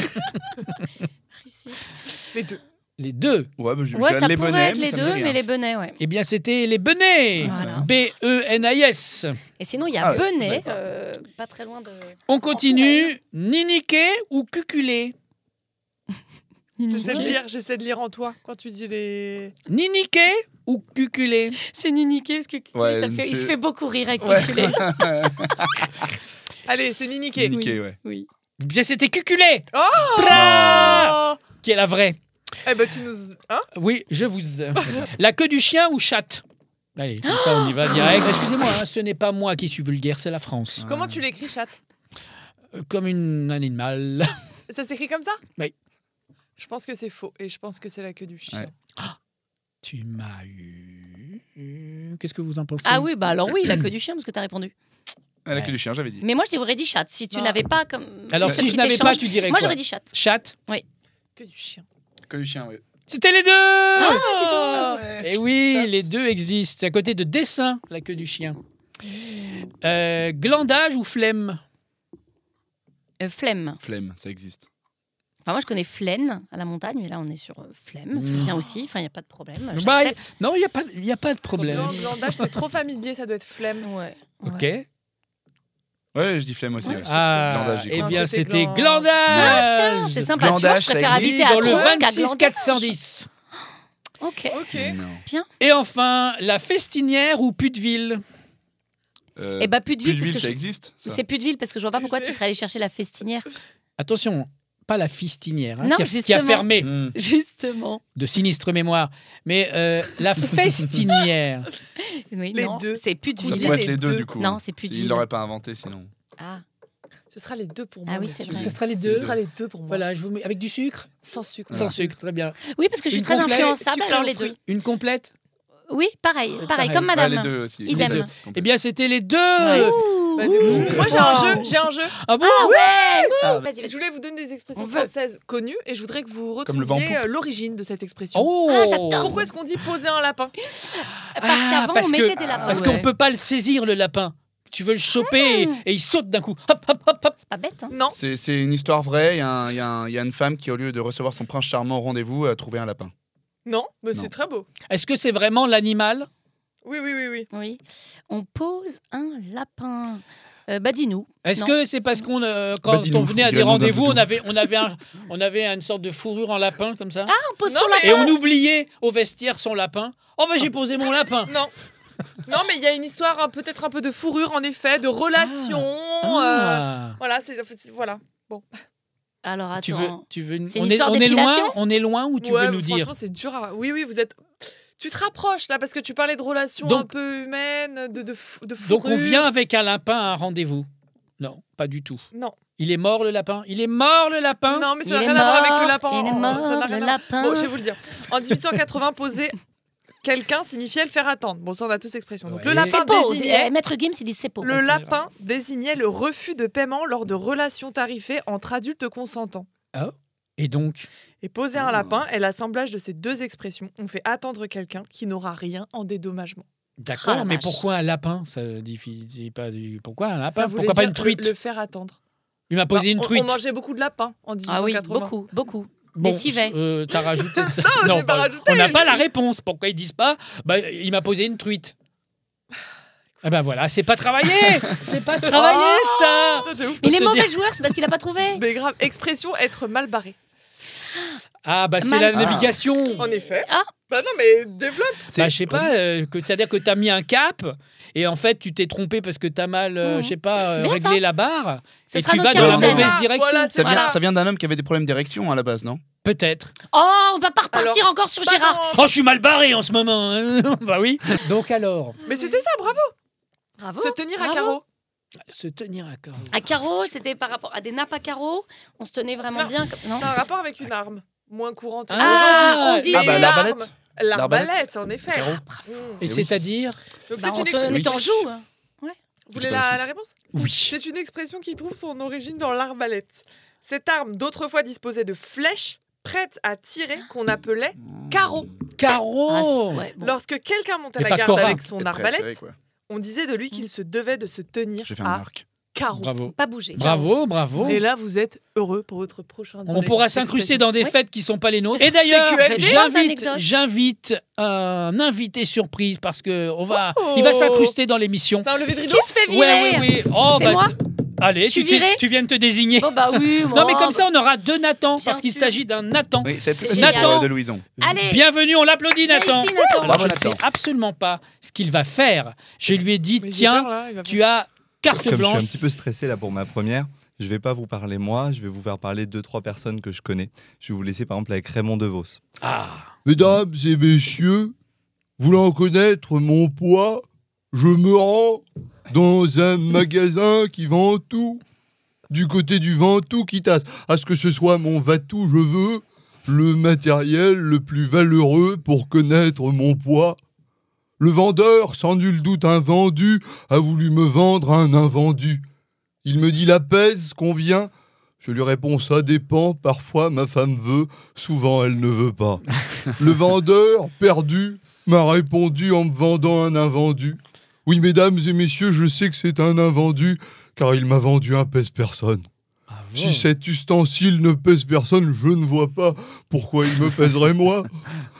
B: Les deux.
D: les deux.
C: Ouais, bah, je
A: Ouais,
C: je
A: ça
C: les
A: pourrait
C: benets,
A: être les
C: mais ça me
A: deux,
C: dit
A: mais
C: rien.
A: les benets, ouais.
D: Eh bien, c'était les benets. E
A: Voilà.
D: B-E-N-I-S.
A: Et sinon, il y a
C: Ah ouais,
A: Benet,
C: je savais pas.
A: euh, pas très loin de.
D: On continue. Niniquer ou cuculer
B: J'essaie de lire, j'essaie de lire en toi quand tu dis les.
D: Niniquer ou cuculer
A: C'est niniqué parce que
C: Ouais,
A: ça fait- il
C: c'est-
A: se fait beaucoup rire avec
C: Ouais.
A: Cuculé.
B: Allez, c'est
C: Niqué,
B: Niniqué.
C: ouais.
A: Oui.
D: Eh bien, c'était cuculer
B: Oh
D: Bra
B: Oh
D: Qui est la vraie
B: Eh ben, tu nous. Hein
D: Oui, je vous. La queue du chien ou chatte Allez, comme ça on y va direct. Excusez-moi, hein, ce n'est pas moi qui suis vulgaire, c'est la France.
B: Comment tu l'écris, chatte
D: Euh, Comme une animal.
B: Ça s'écrit comme ça
D: Oui.
B: Je pense que c'est faux et je pense que c'est la queue du chien.
C: Ouais.
D: Tu m'as eu. Qu'est-ce que vous en pensez
A: Ah oui, bah alors oui, la queue du chien parce que t'as répondu.
C: Ah, la queue du chien, j'avais dit.
A: Mais moi, je t'aurais dit chatte si tu
B: Non.
A: n'avais pas comme.
D: Alors
A: comme
D: si
A: petit
D: je n'avais pas,
A: échange.
D: tu dirais
A: Moi,
D: quoi
A: j'aurais dit chatte.
D: Chatte.
B: Queue du chien.
C: Queue du chien, oui.
D: C'était les deux.
C: Ouais.
D: Et oui,
B: Chatte.
D: les deux existent. À côté de dessin, la queue du chien. Euh, glandage ou flemme
A: Euh, flemme.
C: Flemme, ça existe.
A: Enfin, moi, je connais Flaine à la montagne, mais là, on est sur euh, Flemme. C'est bien aussi. Enfin, il n'y a pas de problème.
D: Bah,
A: j'accepte.
D: Non, il n'y a, pas- il y a pas de problème.
B: Gland- Glandage, c'est trop familier, ça doit être flemme.
A: Ouais.
D: Ok.
A: ouais.
C: Ouais, je dis flemme aussi. ouais.
D: Ah,
C: Glandage, j'y
D: eh
C: crois.
D: bien,
B: Ah, c'était
D: c'était
B: gland-
D: Glandage.
A: Ah, tiens, c'est sympa. tu vois,
C: Glandage,
A: je préfère
C: ça
A: habiter
C: existe.
A: à
D: Dans le
A: Tronche qu'à
D: 26
A: Glandage.
D: 410.
A: Ok.
B: Ok.
D: Mm.
C: Non.
D: Et enfin, la festinière ou Puteville
C: Euh,
A: Eh bah, plus de ville, parce
C: Pudeville,
A: que
C: ça
A: je-
C: existe. ça.
A: C'est plus de ville parce que je vois pas
B: Tu
A: pourquoi
B: sais.
A: tu serais allé chercher la festinière.
D: Attention, pas la festinière, hein,
A: Non,
D: qui, a, qui a
A: justement.
D: fermé
C: Hmm.
A: Justement.
D: de sinistre mémoire, mais euh, la festinière.
A: Oui,
B: Les
A: non,
B: deux.
A: C'est plus de
B: Vous
C: Ça
B: dites
A: ville.
C: pourrait
B: les
C: être les deux,
B: deux.
C: du coup.
A: Non, c'est plus de
C: Il
A: ville.
C: l'aurait pas inventé sinon.
A: Ah,
B: Ce sera les deux pour
A: Ah
B: moi.
A: oui,
B: bien
A: c'est
B: sûr.
A: vrai.
D: Ce sera les
B: Ce
D: deux.
B: sera les deux pour moi.
D: Voilà, je vous mets avec du sucre,
B: Sans sucre.
D: sans sucre, très bien.
A: Oui, parce que je suis
D: Une
A: très
D: complète,
A: influençable,
B: sucrée
A: alors
B: aux
A: les deux.
D: Une complète.
A: Oui, pareil,
B: Ah,
A: pareil,
D: pareil.
A: comme
C: Ouais,
A: madame.
C: les deux aussi.
A: Idem.
C: complète, complète.
D: Eh bien, c'était les deux.
A: Ouh.
B: Bah, du coup, je- Moi, j'ai un jeu. J'ai un jeu.
D: Ah bon
A: Ah ouais
C: Ah.
A: Vas-y,
B: Je
A: vas-y.
B: voulais vous donner des expressions
A: On veut.
B: françaises connues et je voudrais que vous
C: Comme le vent
B: retrouviez euh, l'origine de cette expression.
D: Oh
A: Ah, j'adore.
B: Pourquoi est-ce qu'on dit poser un lapin
A: Parce
D: Ah,
A: qu'avant,
D: parce
A: on
D: que-
A: mettait des lapins.
D: Parce
A: C'est
D: qu'on
B: Ouais.
D: peut pas le saisir le lapin. Tu veux le choper
A: Mmh.
D: et, et il saute d'un coup. Hop, hop, hop, hop.
A: pas bête, hein
B: Non.
C: C'est c'est une histoire vraie. Il y, a un- il y a un- il y a une femme qui, au lieu de recevoir son prince charmant au rendez-vous, a trouvé un lapin.
B: Non, mais
C: Non.
B: c'est très beau.
D: Est-ce que c'est vraiment l'animal
B: Oui, oui, oui, oui.
A: Oui. On pose un lapin. Euh, bah, dis-nous.
D: Est-ce
A: Non.
D: que c'est parce qu'on euh, quand
C: Bah, dis-nous,
D: on venait à
C: dis
D: des
C: le nom d'un
D: rendez-vous, on
C: bouton.
D: avait on avait un, on avait une sorte de fourrure en lapin comme ça
A: On pose
B: Non,
A: son
B: mais-
A: lapin.
D: et on oubliait au vestiaire son lapin. Oh bah
A: Ah.
D: j'ai posé mon lapin.
B: Non. Non, mais il y a une histoire hein, peut-être un peu de fourrure, en effet, de relation. euh,
D: Ah.
B: Voilà, c'est c'est- voilà.
A: Alors, attends.
D: Tu veux tu veux une-
A: C'est une
D: on est
A: histoire
D: on est
A: d'épilation
D: loin on est loin ou tu
B: Ouais,
D: veux nous dire
B: Franchement, c'est dur. à- Oui, oui, vous êtes. Tu te rapproches là parce que tu parlais de relations
D: Donc-
B: un peu humaines, de de, fou- de
D: Donc on
B: fourrure.
D: vient avec un lapin à un rendez-vous. Non, pas du tout.
B: Non,
D: Il est mort le lapin. Il est mort le lapin.
B: non, mais ça
A: Il
B: n'a
A: est
B: rien à voir avec
A: mort,
B: le lapin.
A: Il est
B: Ça n'a
A: mort,
B: rien à
A: le
B: voir.
A: lapin.
B: Bon, je vais vous le dire. En 1880, poser quelqu'un signifiait le faire attendre. Bon, ça, on a tous l'expression. Donc,
D: Ouais.
B: le lapin
A: C'est beau.
B: désignait.
A: Eh, Maître Gims, il dit c'est beau.
B: Le lapin désignait le refus de paiement lors de relations tarifées entre adultes consentants.
D: Et donc
B: Et poser un lapin est l'assemblage de ces deux expressions. On fait attendre quelqu'un qui n'aura rien en dédommagement.
A: Ah,
D: D'accord,
A: la
D: mais
A: vache.
D: pourquoi un lapin Ça diffi- c'est pas du... Pourquoi un lapin
B: Ça voulait
D: Pourquoi Ah, pas
B: dire
D: une truite
B: Le, le faire attendre.
D: Il m'a posé
B: Bah,
D: une
B: on-
D: truite.
B: On, mangeait beaucoup de lapins en 1880.
A: Ah oui, beaucoup, beaucoup.
D: Bon,
A: Des civets.
D: euh, t'as rajouté ça.
B: Non, j'ai pas
D: bah,
B: rajouté.
D: on n'a pas la réponse. Pourquoi ils disent pas bah, Il m'a posé une truite. Ah ben voilà, c'est pas travaillé C'est pas travaillé
B: Oh.
D: ça
B: Toi, t'es Ah, ouf.
A: Mais
D: Je
A: les
D: te
A: mauvais
D: dis-
A: joueurs, c'est parce qu'il a pas trouvé.
B: Mais grave, expression être mal barré.
D: Ah bah c'est
A: Mal-
D: la
A: Ah.
D: navigation
B: En effet.
A: Ah.
B: Bah non, mais développe.
D: Bah, je sais pas, euh, que- c'est-à-dire que t'as mis un cap et en fait tu t'es trompé parce que t'as mal, euh,
A: Mhm.
D: je sais pas, euh,
A: Bien
D: réglé
A: ça.
D: la barre.
A: Ce
D: et
A: sera
D: tu vas
A: notre
D: dans la
C: quinzaine.
D: mauvaise
B: Ah,
D: direction.
B: voilà, c'est
C: Ça vient,
B: Voilà.
C: ça vient d'un homme qui avait des problèmes d'érection hein, à la base, non
D: Peut-être.
A: Oh, on va pas repartir
B: Alors,
A: encore sur
B: Bah
A: Gérard.
B: non.
D: Oh, je suis mal barré en ce moment. hein. bah oui. Donc alors,
B: Mais c'était ça, bravo.
A: Bravo.
B: Se tenir à
A: Bravo.
B: carreau.
D: se tenir à corps.
A: À carreaux, c'était par rapport à des nappes à carreaux. On se tenait vraiment
B: Non.
A: bien. comme- Non
B: C'est un rapport avec une arme. moins courante.
D: Ah,
B: aujourd'hui.
A: on
B: Mais
A: disait- Ah bah,
B: l'arme-
C: l'arbalète.
B: L'arbalète, en effet.
C: Carreau.
B: Mm.
D: Et
C: oui.
D: c'est-à-dire
A: Bah,
B: Donc c'est une
A: Antoine,
B: expression.
A: mais t'en joues. hein.
B: Vous voulez
C: J'ai pas
B: la,
C: la
B: la réponse
D: Oui.
B: C'est une expression qui trouve son origine dans l'arbalète. Cette arme d'autrefois disposée de flèches prêtes à tirer qu'on appelait
D: Mmh.
B: carreau.
A: Ah,
D: Carreau
A: c'est- ouais, bon.
B: Lorsque quelqu'un montait
D: Et
B: la
D: pas
B: garde
D: Cora. Mmh.
B: avec son
C: Être prêt à tirer,
B: arbalète,
C: quoi.
B: on disait de lui qu'il se devait de se tenir
C: J'ai fait un
B: à
C: arc.
B: carreau.
D: Bravo.
A: Pas bouger.
D: Bravo, bravo.
B: Et là, vous êtes heureux pour votre prochain
D: On
B: dîner.
D: pourra s'incruster dans des
A: Oui.
D: fêtes qui sont pas les nôtres. Et d'ailleurs,
B: CQFD.
D: j'invite,
A: Anecdote.
D: j'invite un invité surprise parce que on va,
B: Oh.
D: il va s'incruster dans l'émission.
B: C'est un lever de rideau
A: Qui se fait
D: Oui,
A: virer
D: oui, oui. Oh,
A: C'est
D: bah,
A: moi
D: c'est- Allez,
A: Je suis
D: tu, t'es-
A: virée
D: tu viens de te désigner.
A: Bon, bah oui.
D: non, mais
A: moi,
D: comme ça, on aura deux Nathan
A: Bien
D: parce qu'il
A: sûr.
D: s'agit d'un Nathan.
C: Oui, c'est
A: C'est
C: la
A: génial.
C: petite de Louison.
A: Allez.
D: Bienvenue, on l'applaudit,
A: Viens
D: Nathan.
A: ici, Nathan.
D: Alors, je ne
C: Bravo,
D: sais
C: Nathan.
D: absolument pas ce qu'il va faire. Je lui ai dit,
B: Mais j'ai
D: tiens,
B: peur, là, il va
D: tu as carte
F: Comme je
D: blanche.
F: suis un petit peu stressé là pour ma première, je vais pas vous parler moi, je vais vous faire parler deux trois personnes que je connais. Je vais vous laisser par exemple avec Raymond Devos.
D: Ah,
F: Mesdames et messieurs, voulant connaître mon poids, je me rends dans un magasin qui vend tout. Du côté du Ventoux, quitte à, à ce que ce soit mon Vatou, je veux le matériel le plus valeureux pour connaître mon poids. Le vendeur, sans nul doute un vendu, a voulu me vendre un invendu. Il me dit la pèse combien Je lui réponds ça dépend, parfois ma femme veut, souvent elle ne veut pas. Le vendeur, perdu, m'a répondu en me vendant un invendu. Oui, mesdames et messieurs, je sais que c'est un invendu, car il m'a vendu un pèse-personne.
D: bravo.
F: Si cet ustensile ne pèse personne, je ne vois pas pourquoi il me pèserait moi.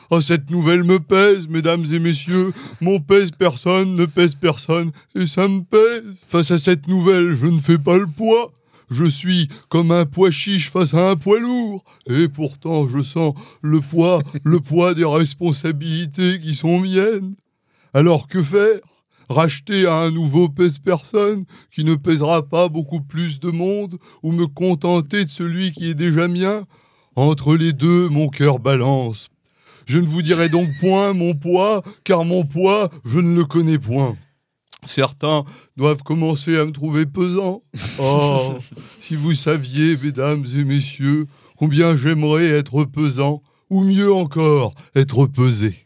F: Ah, cette nouvelle me pèse, mesdames et messieurs. Mon pèse-personne ne pèse personne, et ça me pèse. Face à cette nouvelle, je ne fais pas le poids. Je suis comme un poids chiche face à un poids lourd. Et pourtant, je sens le poids, le poids des responsabilités qui sont miennes. Alors que faire Racheter à un nouveau pèse-personne qui ne pèsera pas beaucoup plus de monde ou me contenter de celui qui est déjà mien Entre les deux, mon cœur balance. Je ne vous dirai donc point mon poids, car mon poids, je ne le connais point. Certains doivent commencer à me trouver pesant. Oh, si vous saviez, mesdames et messieurs, combien j'aimerais être pesant, ou mieux encore, être pesé.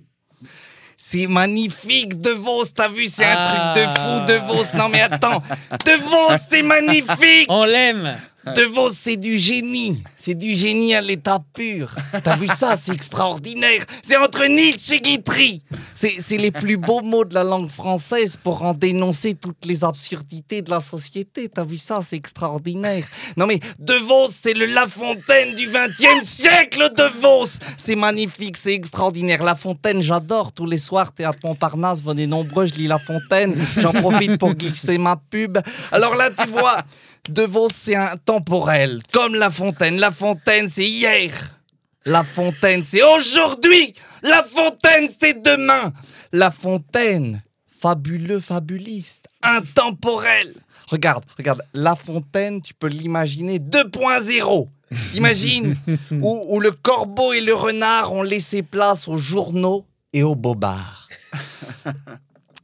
G: C'est magnifique, De Vos, t'as vu, c'est un
D: Ah.
G: truc de fou, De Vos. Non mais attends, De Vos, c'est magnifique
D: On l'aime.
G: De Vos, c'est du génie, c'est du génie à l'état pur. T'as vu ça, c'est extraordinaire. C'est entre Nietzsche et Guitry. C'est c'est les plus beaux mots de la langue française pour en dénoncer toutes les absurdités de la société. T'as vu ça, c'est extraordinaire. Non mais De Vos, c'est le La Fontaine du 20e siècle, De Vos. C'est magnifique, c'est extraordinaire. La Fontaine, j'adore. Tous les soirs, Théâtre Montparnasse, venez nombreux, je lis La Fontaine. J'en profite pour glisser ma pub. Alors là, tu vois, De Vos, c'est intemporel, comme La Fontaine. La Fontaine, c'est hier. La Fontaine, c'est aujourd'hui. La Fontaine, c'est demain. La Fontaine, fabuleux fabuliste, intemporel. Regarde, regarde, La Fontaine, tu peux l'imaginer 2.0. Imagine où, où le corbeau et le renard ont laissé place aux journaux et aux bobards.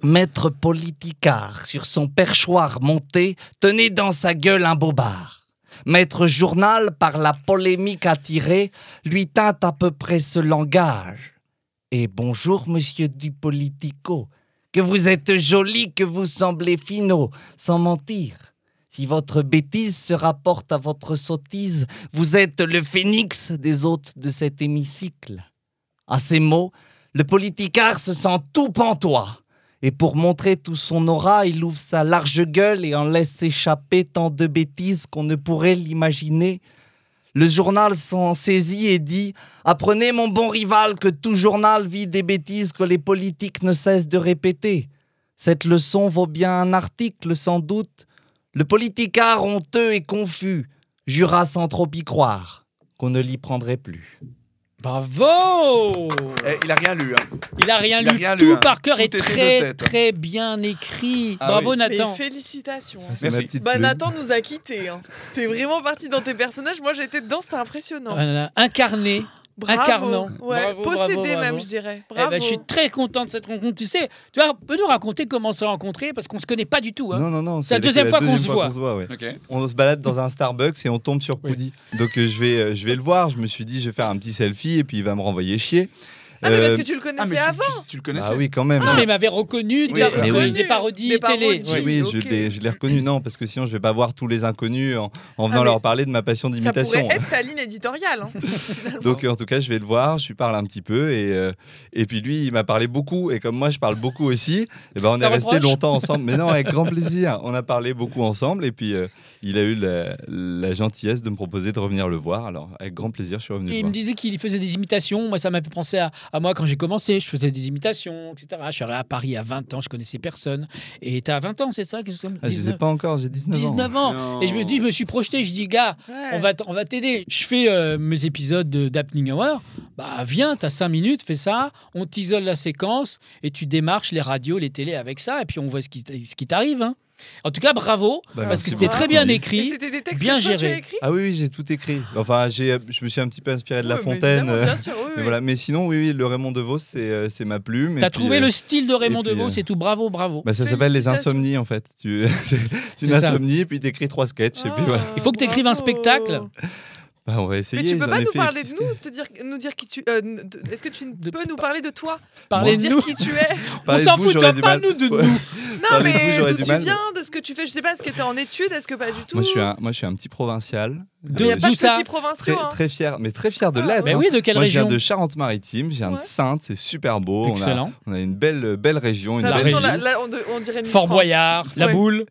G: Maître Politicard, sur son perchoir monté, tenait dans sa gueule un bobard. Maître Journal, par la polémique attirée, lui tint à peu près ce langage. Et bonjour, monsieur du Politico. Que vous êtes joli, que vous semblez finot, sans mentir. Si votre bêtise se rapporte à votre sottise, vous êtes le phénix des hôtes de cet hémicycle. À ces mots, le politicard se sent tout pantois. Et pour montrer tout son aura, il ouvre sa large gueule et en laisse échapper tant de bêtises qu'on ne pourrait l'imaginer. Le journal s'en saisit et dit Apprenez, mon bon rival, que tout journal vit des bêtises que les politiques ne cessent de répéter. Cette leçon vaut bien un article, sans doute. Le politicard honteux et confus jura sans trop y croire qu'on ne l'y prendrait plus.
D: Bravo.
C: Eh, il a rien lu. Hein.
D: Il a rien
C: Il a
D: lu.
C: rien lu,
D: tout
C: hein.
D: par cœur
C: Tout
D: est
C: était de
D: très
C: tête.
D: très bien écrit.
C: Ah
D: Bravo
C: oui.
D: Nathan.
B: Mais félicitations.
F: C'est ma
C: Merci.
F: petite
B: Bah
F: plume.
B: Nathan nous a quittés. hein. T'es vraiment parti dans tes personnages. Moi j'étais dedans, c'était impressionnant.
D: Voilà. Incarné
B: Bravo.
D: incarnant.
B: Ouais,
D: Bravo,
B: possédé
D: bravo, bravo.
B: même, je dirais.
D: Eh ben,
B: Bravo.
D: je suis très content de cette rencontre. Tu sais, tu vois, peux nous raconter comment on s'est rencontrés parce qu'on se connaît pas du tout. hein.
F: Non, non, non.
D: C'est la deuxième fois qu'on se voit.
F: ouais.
C: Ok.
F: On se balade dans un Starbucks et on tombe sur
D: Oui.
F: Coudi. Donc euh, je vais, euh, je vais le voir. Je me suis dit, je vais faire un petit selfie et puis il va me renvoyer chier.
B: Ah, mais parce
F: Euh,
B: que tu le
C: Ah, mais
B: connaissais
C: tu,
B: avant.
C: tu- tu le connaissais
F: ah oui, quand même.
D: Non, mais il m'avait reconnu,
C: Oui,
D: des,
C: mais
D: reconnu
B: oui.
D: des parodies
B: Des
D: télé.
B: parodies.
F: Oui, oui, je
B: ok.
F: l'ai- je l'ai reconnu, non, parce que sinon je vais pas voir tous les inconnus en,
B: Ah,
F: en venant
B: mais
F: leur
B: ça-
F: parler de ma passion
B: Ça
F: d'imitation.
B: pourrait être ta ligne éditoriale. hein.
F: Donc euh, en tout cas, je vais le voir, je lui parle un petit peu et, euh, et puis lui, il m'a parlé beaucoup et comme moi, je parle beaucoup aussi. Et ben on
D: Ça
F: est resté
D: reproche
F: longtemps ensemble, mais non, avec grand plaisir. On a parlé beaucoup ensemble et puis euh, il a eu la, la gentillesse de me proposer de revenir le voir. Alors avec grand plaisir, je suis revenu.
D: Et
F: le
D: il
F: voir.
D: me disait qu'il faisait des imitations. Moi, ça m'a fait penser à, à moi quand j'ai commencé. Je faisais des imitations, etc. Je suis arrivé à Paris à 20 ans, je connaissais personne. Et t'as 20 ans, c'est ça que
F: Ah, je sais pas encore, j'ai 19, ans. Bah,
D: 19 ans.
C: Non.
D: Et je me dis, je me suis projeté, je dis, gars,
B: Ouais.
D: on va t- on va t'aider. Je fais euh, mes épisodes de- d'Happening Hour. Bah, viens, t'as 5 minutes, fais ça. On t'isole la séquence et tu démarches les radios, les télés avec ça. Et puis on voit ce qui, t- ce qui t'arrive. hein. En tout cas, bravo,
F: Bah,
D: parce
F: merci
D: que c'était
B: beaucoup,
D: très bien
F: Andy.
B: Et
D: écrit.
B: c'était des textes
D: bien
B: que toi, tu
D: géré.
B: as écrits
F: Ah oui, oui, j'ai tout écrit. Enfin, j'ai, je me suis un petit peu inspiré de La
B: Oui, mais
F: Fontaine. euh,
B: évidemment, Bien sûr, oui,
F: Mais
B: oui.
F: voilà, mais sinon, oui, oui, le Raymond DeVos, c'est euh, c'est ma plume. et
D: T'as
F: puis,
D: trouvé
F: euh,
D: le style de Raymond
F: et puis,
D: Devaux,
F: euh,
D: c'est tout. Bravo, bravo.
F: bah, ça s'appelle les
B: Félicitations.
F: insomnies en fait. Tu tu une
D: C'est ça.
F: insomnie, puis t'écris trois sketchs, et puis
B: Ah,
F: voilà.
D: Il faut que t'écrives un
B: bravo.
D: spectacle.
F: Bah, on va essayer.
B: Mais tu
F: j'en
B: peux pas
F: ai
B: nous
F: fait
B: parler de
F: exister.
B: nous, te dire, nous dire qui tu. euh, n- de- Est-ce que tu n-
D: De-
B: peux nous parler de toi,
D: Parlez de
B: dire
D: nous.
B: qui tu es
D: On
F: Parler de
D: s'en
F: vous,
D: fout,
F: j'aurais
D: toi,
F: du mal.
D: parle-nous de
F: Ouais.
D: nous.
B: Non,
F: Parler de vous,
B: mais
F: j'aurais
B: d'où
F: du
B: tu
F: mal.
B: viens, de ce que tu fais. Je sais pas, est-ce que t'es en études, est-ce que pas du tout.
F: Moi, je suis un, moi, je suis un petit provincial.
D: De-
B: Il n'y a
F: Euh,
B: pas de
D: D'où ça
B: petits
F: très,
B: provinciaux. hein.
F: très fier, mais très fier de
B: Ah,
F: l'être.
D: Mais
F: hein.
D: oui, de quelle
F: moi,
D: région
F: je viens de Charente-Maritime, je viens
B: Ouais.
F: de Sainte, c'est super beau. On a-
D: Excellent.
F: On a, une belle, belle région. Une
B: Enfin,
D: La
F: belle
B: attention,
D: région.
B: là- Ah, là, on, de- on dirait une
D: Fort
B: France.
D: Boyard, la
B: Ouais.
D: boule.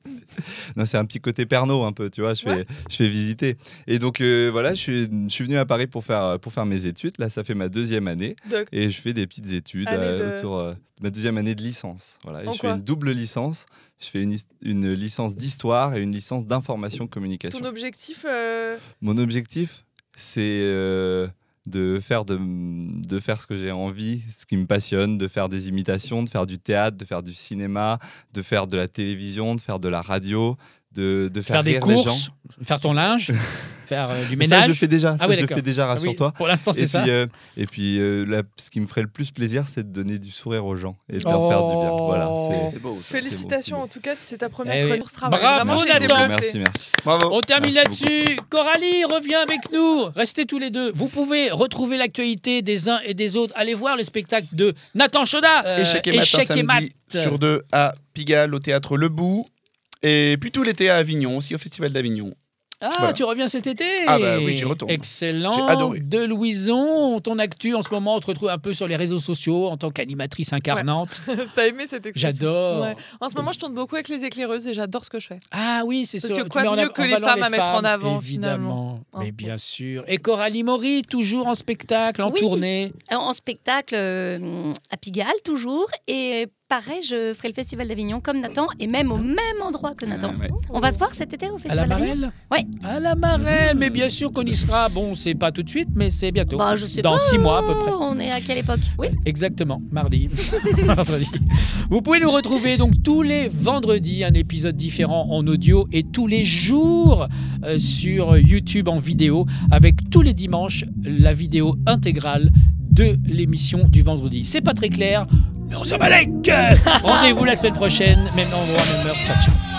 F: Non, c'est un petit côté perno un peu, tu vois. Je fais,
B: Ouais.
F: je fais visiter. Et donc euh, voilà, je suis, je suis venu à Paris pour faire, pour faire mes études. Là, ça fait ma deuxième année
B: Donc,
F: et je fais des petites études
B: Année
F: euh,
B: de-
F: autour euh, de ma deuxième année de licence. Voilà, Et
B: En
F: je fais
B: quoi
F: une double licence. Je fais une, his- une licence d'histoire et une licence d'information communication.
B: ton objectif, euh,
F: Mon objectif, c'est euh, de faire de, de faire ce que j'ai envie, ce qui me passionne, de faire des imitations, de faire du théâtre, de faire du cinéma, de faire de la télévision, de faire de la radio, de, de faire,
D: faire des
F: rire les gens.
D: courses, faire ton linge, faire euh, du
F: Mais ça, je
D: ménage.
F: le fais déjà.
D: Ah
F: Ça,
D: oui,
F: je le
D: d'accord.
F: fais déjà.
D: Ah oui,
F: Rassure-toi.
D: Pour l'instant,
F: Et
D: c'est ça.
F: puis, euh, et puis euh, la- ce qui me ferait le plus plaisir, c'est de donner du sourire aux gens et de leur faire du bien.
D: Oh.
F: Voilà. c'est-
C: C'est beau. ça.
B: félicitations
F: beau.
B: en tout cas si c'est ta
D: Eh
B: première
D: oui.
B: chronique. Ce travail,
D: Bravo,
B: vraiment, j'ai été
D: Nathan.
B: bluffée.
F: Merci, merci.
C: Bravo.
D: On termine
F: Merci
D: là-dessus. Coralie, reviens avec nous. Restez tous les deux. Vous pouvez retrouver l'actualité des uns et des autres. Allez voir le spectacle de Nathan Choda. euh,
C: Échec et, matin, samedi
D: mat.
C: sur deux à Pigalle au théâtre Le Bout. Et puis tout l'été à Avignon, aussi au Festival d'Avignon.
D: Ah,
C: Voilà.
D: tu reviens cet été
C: Ah bah oui, j'y retourne.
D: Excellent.
C: J'ai adoré.
D: De Louison, ton actu en ce moment, on te retrouve un peu sur les réseaux sociaux en tant qu'animatrice incarnante.
B: T'as aimé cette expression
D: J'adore.
B: Ouais. En ce moment, je tourne beaucoup avec les éclaireuse et j'adore ce que je fais.
D: Ah oui, c'est
B: Parce
D: sûr.
B: que
D: Tu
B: quoi de
D: mets en
B: mieux
D: av-
B: que
D: en
B: les
D: valeur
B: femmes à mettre en avant,
D: Évidemment,
B: finalement.
D: mais
B: Hein.
D: bien sûr. Et Coralie Maury, toujours en spectacle, en
A: Oui.
D: tournée.
A: Alors, En spectacle euh, à Pigalle, toujours. Et pareil, je ferai le Festival d'Avignon comme Nathan et même au même endroit que Nathan.
C: Ouais.
A: On va se voir cet été au
D: À la
A: Festival d'Avignon
D: Marelle
A: Ouais.
D: À la Marelle, mais bien sûr qu'on y sera. Bon, c'est pas tout de suite, mais c'est bientôt.
A: Bah, je sais
D: Dans
A: pas.
D: six mois à peu près.
A: Oh, On est à quelle époque Oui.
D: Exactement, mardi, vendredi. Vous pouvez nous retrouver donc tous les vendredis un épisode différent en audio et tous les jours euh, sur YouTube en vidéo avec tous les dimanches la vidéo intégrale de l'émission du vendredi. C'est pas très clair, mais on s'en bat les gueules. Rendez-vous la semaine prochaine, même endroit, même heure. Ciao, ciao.